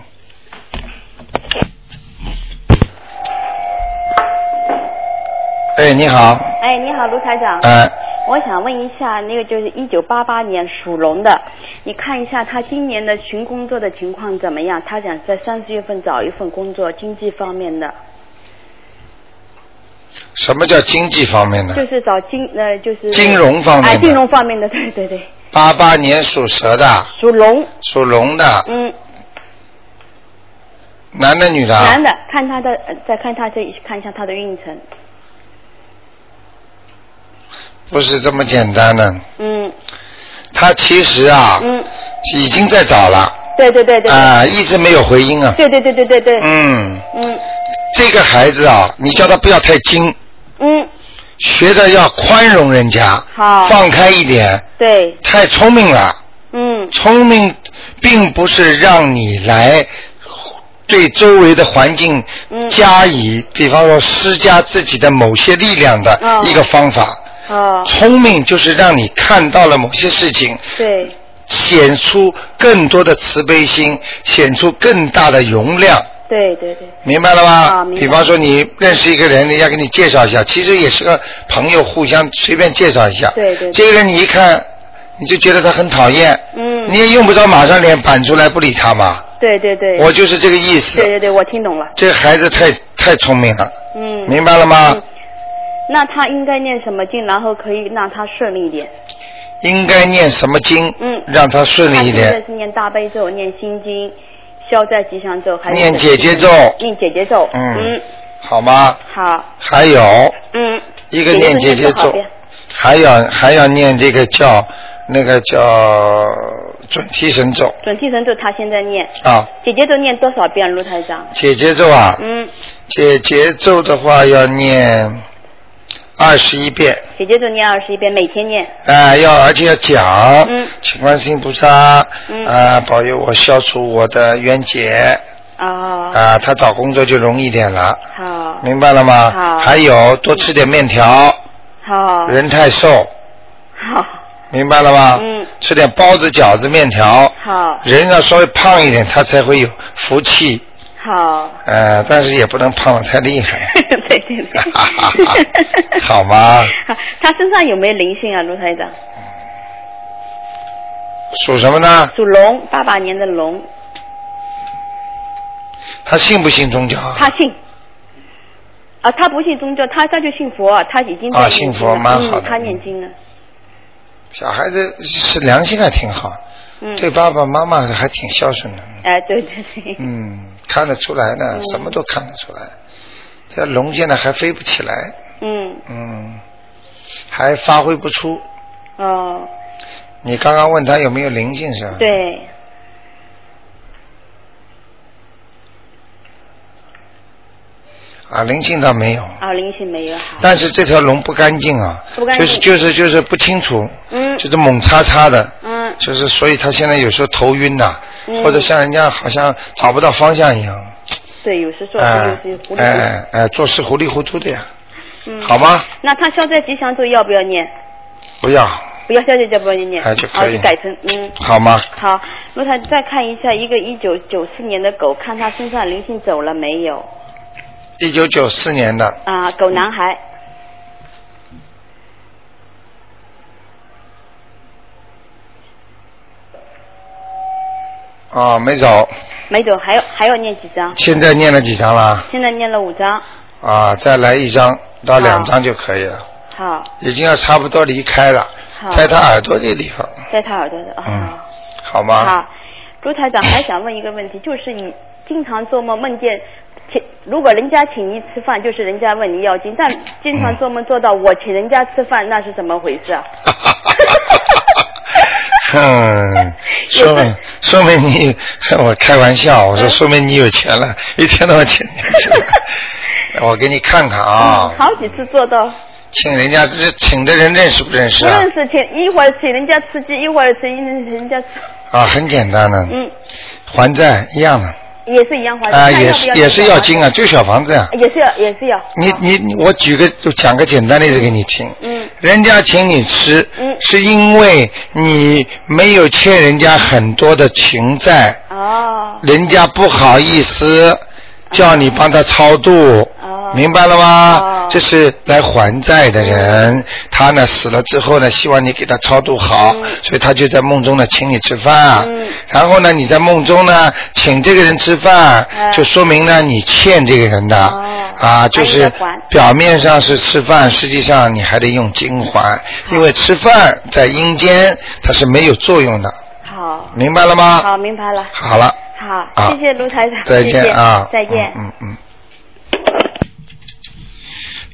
Speaker 1: 哎，你好，
Speaker 8: 哎，你好，卢台长。
Speaker 1: 哎，
Speaker 8: 我想问一下，那个就是一九八八年属龙的，你看一下他今年的寻工作的情况怎么样？他想在三十月份找一份工作，经济方面的，
Speaker 1: 什么叫经济方面
Speaker 8: 就
Speaker 1: 的？
Speaker 8: 是找金呃，就是
Speaker 1: 金融方面的
Speaker 8: 啊，金融方面的， 对对对，
Speaker 1: 八八年属蛇的，
Speaker 8: 属龙，
Speaker 1: 属龙的，
Speaker 8: 嗯，
Speaker 1: 男的女的啊？
Speaker 8: 男的，看他的，呃再看他这看一下他的运程，
Speaker 1: 不是这么简单的，
Speaker 8: 嗯
Speaker 1: 他其实啊，
Speaker 8: 嗯，
Speaker 1: 已经在找了，
Speaker 8: 对对对对，
Speaker 1: 啊一直没有回音啊
Speaker 8: 对对对对对对，
Speaker 1: 嗯，
Speaker 8: 嗯
Speaker 1: 这个孩子啊，你叫他不要太精，
Speaker 8: 嗯，
Speaker 1: 学着要宽容人家，
Speaker 8: 好，
Speaker 1: 放开一点。
Speaker 8: 对，
Speaker 1: 太聪明了，
Speaker 8: 嗯，
Speaker 1: 聪明并不是让你来对周围的环境
Speaker 8: 嗯
Speaker 1: 加以，比方说施加自己的某些力量的
Speaker 8: 哦
Speaker 1: 一个方法。
Speaker 8: 哦，
Speaker 1: 聪明就是让你看到了某些事情，
Speaker 8: 对，
Speaker 1: 显出更多的慈悲心，显出更大的容量。
Speaker 8: 对对对，
Speaker 1: 明白了吗？
Speaker 8: 啊明白
Speaker 1: 比方说你认识一个人，人家给你介绍一下，其实也是个朋友，互相随便介绍一下。
Speaker 8: 对对对
Speaker 1: 这个人你一看，你就觉得他很讨厌，
Speaker 8: 嗯
Speaker 1: 你，也用不着马上脸板出来不理他嘛。
Speaker 8: 对对对，
Speaker 1: 我就是这个意
Speaker 8: 对
Speaker 1: 思。
Speaker 8: 对对，我听懂了，
Speaker 1: 这孩子太太聪明了，
Speaker 8: 嗯，
Speaker 1: 明白了吗？
Speaker 8: 嗯那他应该念什么经，然后可以让他顺利一点？
Speaker 1: 应该念什么经，
Speaker 8: 嗯
Speaker 1: 让他顺利一
Speaker 8: 他现
Speaker 1: 点
Speaker 8: 在。是念大悲咒、念心经、消灾吉祥咒，还是
Speaker 1: 念姐姐咒
Speaker 8: 念姐姐咒。
Speaker 1: 嗯
Speaker 8: 嗯，
Speaker 1: 好吗？
Speaker 8: 好，
Speaker 1: 还有
Speaker 8: 嗯，
Speaker 1: 一个念姐姐咒，还要还要念这个叫那个叫准提神咒
Speaker 8: 准提神咒他现在念，
Speaker 1: 啊，
Speaker 8: 姐姐咒念多少遍？卢台长？
Speaker 1: 姐姐咒啊，
Speaker 8: 嗯，
Speaker 1: 解节奏的话要念二十一遍，
Speaker 8: 姐姐咒念二十一遍，每天念。
Speaker 1: 啊、要而且要讲，
Speaker 8: 嗯
Speaker 1: 请观世音菩萨，啊、
Speaker 8: 嗯
Speaker 1: 保佑我消除我的冤结，
Speaker 8: 哦
Speaker 1: 啊、，他找工作就容易点了，
Speaker 8: 好，
Speaker 1: 明白了吗？
Speaker 8: 好
Speaker 1: 还有多吃点面条，
Speaker 8: 好，
Speaker 1: 人太瘦，
Speaker 8: 好，
Speaker 1: 明白了吗？
Speaker 8: 嗯
Speaker 1: 吃点包子、饺子、面条，
Speaker 8: 好，
Speaker 1: 人要稍微胖一点，他才会有福气，
Speaker 8: 好，，
Speaker 1: 呃，但是也不能胖的太厉害
Speaker 8: 对对对，
Speaker 1: 好 吗？
Speaker 8: 他身上有没有灵性啊，卢台长？
Speaker 1: 属什么呢？
Speaker 8: 属龙，八八年的龙，
Speaker 1: 他信不信宗教啊？
Speaker 8: 他信。啊，他不信宗教，他他就信佛，他已经在
Speaker 1: 啊
Speaker 8: 念
Speaker 1: 信
Speaker 8: 经
Speaker 1: 佛
Speaker 8: 了
Speaker 1: 蛮好
Speaker 8: 嗯，
Speaker 1: 的
Speaker 8: 他念经了，
Speaker 1: 小孩子是良心还挺好，
Speaker 8: 嗯，
Speaker 1: 对爸爸妈妈还挺孝顺的。
Speaker 8: 哎，对对对，
Speaker 1: 嗯，看得出来
Speaker 8: 嗯
Speaker 1: 呢，什么都看得出来。这龙现在还飞不起来，
Speaker 8: 嗯，
Speaker 1: 嗯，还发挥不出。
Speaker 8: 哦，
Speaker 1: 你刚刚问他有没有灵性是吧？。
Speaker 8: 对，
Speaker 1: 啊，灵性倒没有，
Speaker 8: 啊，灵性没有，好，
Speaker 1: 但是这条龙不干净啊，
Speaker 8: 不干净
Speaker 1: 就是就是就是不清楚，
Speaker 8: 嗯
Speaker 1: 就是猛叉叉的，
Speaker 8: 嗯，
Speaker 1: 就是所以他现在有时候头晕呐、
Speaker 8: 嗯
Speaker 1: 或者像人家好像找不到方向一样，
Speaker 8: 对，有时做
Speaker 1: 哎
Speaker 8: 事就是糊里糊涂，
Speaker 1: 哎哎，做事糊里糊涂的呀，
Speaker 8: 嗯，
Speaker 1: 好吗？
Speaker 8: 那他消灾吉祥咒要不要念？
Speaker 1: 不要，
Speaker 8: 不要消灾就不要念，
Speaker 1: 哎就可以
Speaker 8: 哦改成嗯。
Speaker 1: 好吗？
Speaker 8: 好，卢台再看一下一个一九九四年的狗，看它身上灵性走了没有？
Speaker 1: 一九九四年的，
Speaker 8: 啊，狗男孩，
Speaker 1: 哦，没走，
Speaker 8: 没走，还有还要念几张？
Speaker 1: 现在念了几张了？
Speaker 8: 现在念了五张，
Speaker 1: 啊，再来一张到两
Speaker 8: 好
Speaker 1: 张就可以了，
Speaker 8: 好，
Speaker 1: 已经要差不多离开了，
Speaker 8: 好
Speaker 1: 在他耳朵这地方，
Speaker 8: 在他耳朵的
Speaker 1: 嗯
Speaker 8: 啊。，
Speaker 1: 好
Speaker 8: 好
Speaker 1: 吗？
Speaker 8: 好，卢台长还想问一个问题，就是你经常做梦梦见，请如果人家请你吃饭，就是人家问你要经，但经常做梦做到我请人家吃饭，那是怎么回事 啊？
Speaker 1: 哼，说明说明你，我开玩笑，我
Speaker 8: 嗯
Speaker 1: 说说明你有钱了，一天到晚请人家吃 饭，我给你看看啊，
Speaker 8: 嗯好几次做到。
Speaker 1: 请人家这请的人认识不认识
Speaker 8: 不
Speaker 1: 啊？
Speaker 8: 认识，请一会儿请人家吃鸡，一会儿请人家吃，
Speaker 1: 啊，很简单的，
Speaker 8: 嗯，
Speaker 1: 还债一样的，
Speaker 8: 也是一样花。
Speaker 1: 啊，
Speaker 8: 那
Speaker 1: 也
Speaker 8: 要
Speaker 1: 是
Speaker 8: 不
Speaker 1: 也是要
Speaker 8: 经
Speaker 1: 经啊，就小房子啊。
Speaker 8: 也是要也是要。
Speaker 1: 你
Speaker 8: 好
Speaker 1: 你你我举个就讲个简单例子给你听。
Speaker 8: 嗯
Speaker 1: 人家请你吃，
Speaker 8: 嗯
Speaker 1: 是因为你没有欠人家很多的情债，
Speaker 8: 哦
Speaker 1: 人家不好意思叫你帮他超度，
Speaker 8: 哦
Speaker 1: 明白了吗？
Speaker 8: 哦嗯
Speaker 1: 这是来还债的人，他呢死了之后呢，希望你给他超度好，所以他就在梦中呢请你吃饭，
Speaker 8: 嗯
Speaker 1: 然后呢你在梦中呢请这个人吃饭，
Speaker 8: 哎
Speaker 1: 就说明呢你欠这个人的、
Speaker 8: 哦
Speaker 1: 啊，就
Speaker 8: 还
Speaker 1: 是
Speaker 8: 得还
Speaker 1: 表面上是吃饭，实际上你还得用经还，因为吃饭在阴间它是没有作用的，
Speaker 8: 好
Speaker 1: 明白了吗？
Speaker 8: 好明白了，
Speaker 1: 好了。
Speaker 8: 好
Speaker 1: 啊
Speaker 8: 谢谢卢台长，
Speaker 1: 再见啊，
Speaker 8: 谢谢再见。
Speaker 1: 嗯嗯嗯。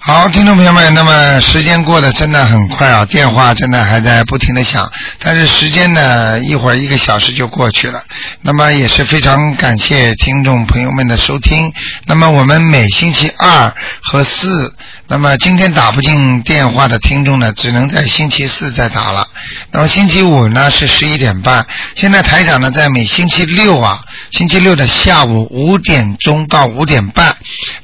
Speaker 1: 好，听众朋友们，那么时间过得真的很快啊，电话真的还在不停的响，但是时间呢，一会儿一个小时就过去了。那么也是非常感谢听众朋友们的收听。那么我们每星期二和四，那么今天打不进电话的听众呢，只能在星期四再打了。那么星期五呢是十一点半，现在台长呢在每星期六啊，星期六的下午五点钟到五点半，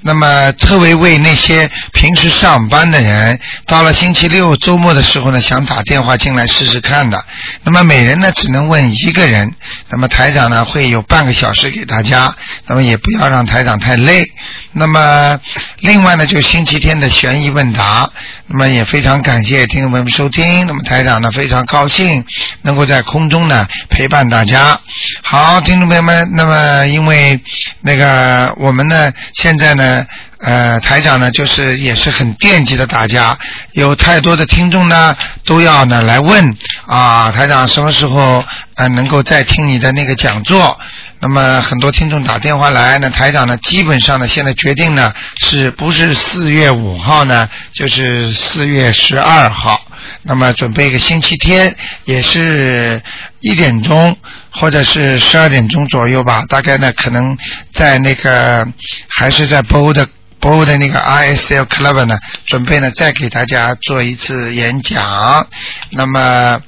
Speaker 1: 那么特为为那些平时上班的人，到了星期六周末的时候呢，想打电话进来试试看的。那么每人呢只能问一个人，那么台长呢会有半个小时给大家，那么也不要让台长太累。那么另外呢，就星期天的悬疑问答，那么也非常感谢听众朋友们收听。那么台长呢非常高兴能够在空中呢陪伴大家。好，听众朋友们，那么因为那个我们呢现在呢。呃，台长呢，就是也是很惦记着大家，有太多的听众呢，都要呢来问啊，台长什么时候呃能够再听你的那个讲座？那么很多听众打电话来，那台长呢，基本上呢，现在决定呢，是不是四月五号呢，就是四月十二号。那么准备一个星期天，也是一点钟或者是十二点钟左右吧，大概呢可能在那个还是在 BO 的 BO 的那个 ISL Club 呢，准备呢再给大家做一次演讲，那么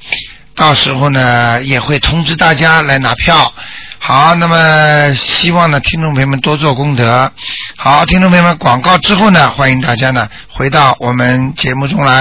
Speaker 1: 到时候呢也会通知大家来拿票。好，那么希望呢，听众朋友们多做功德。好，听众朋友们，广告之后呢，欢迎大家呢回到我们节目中来。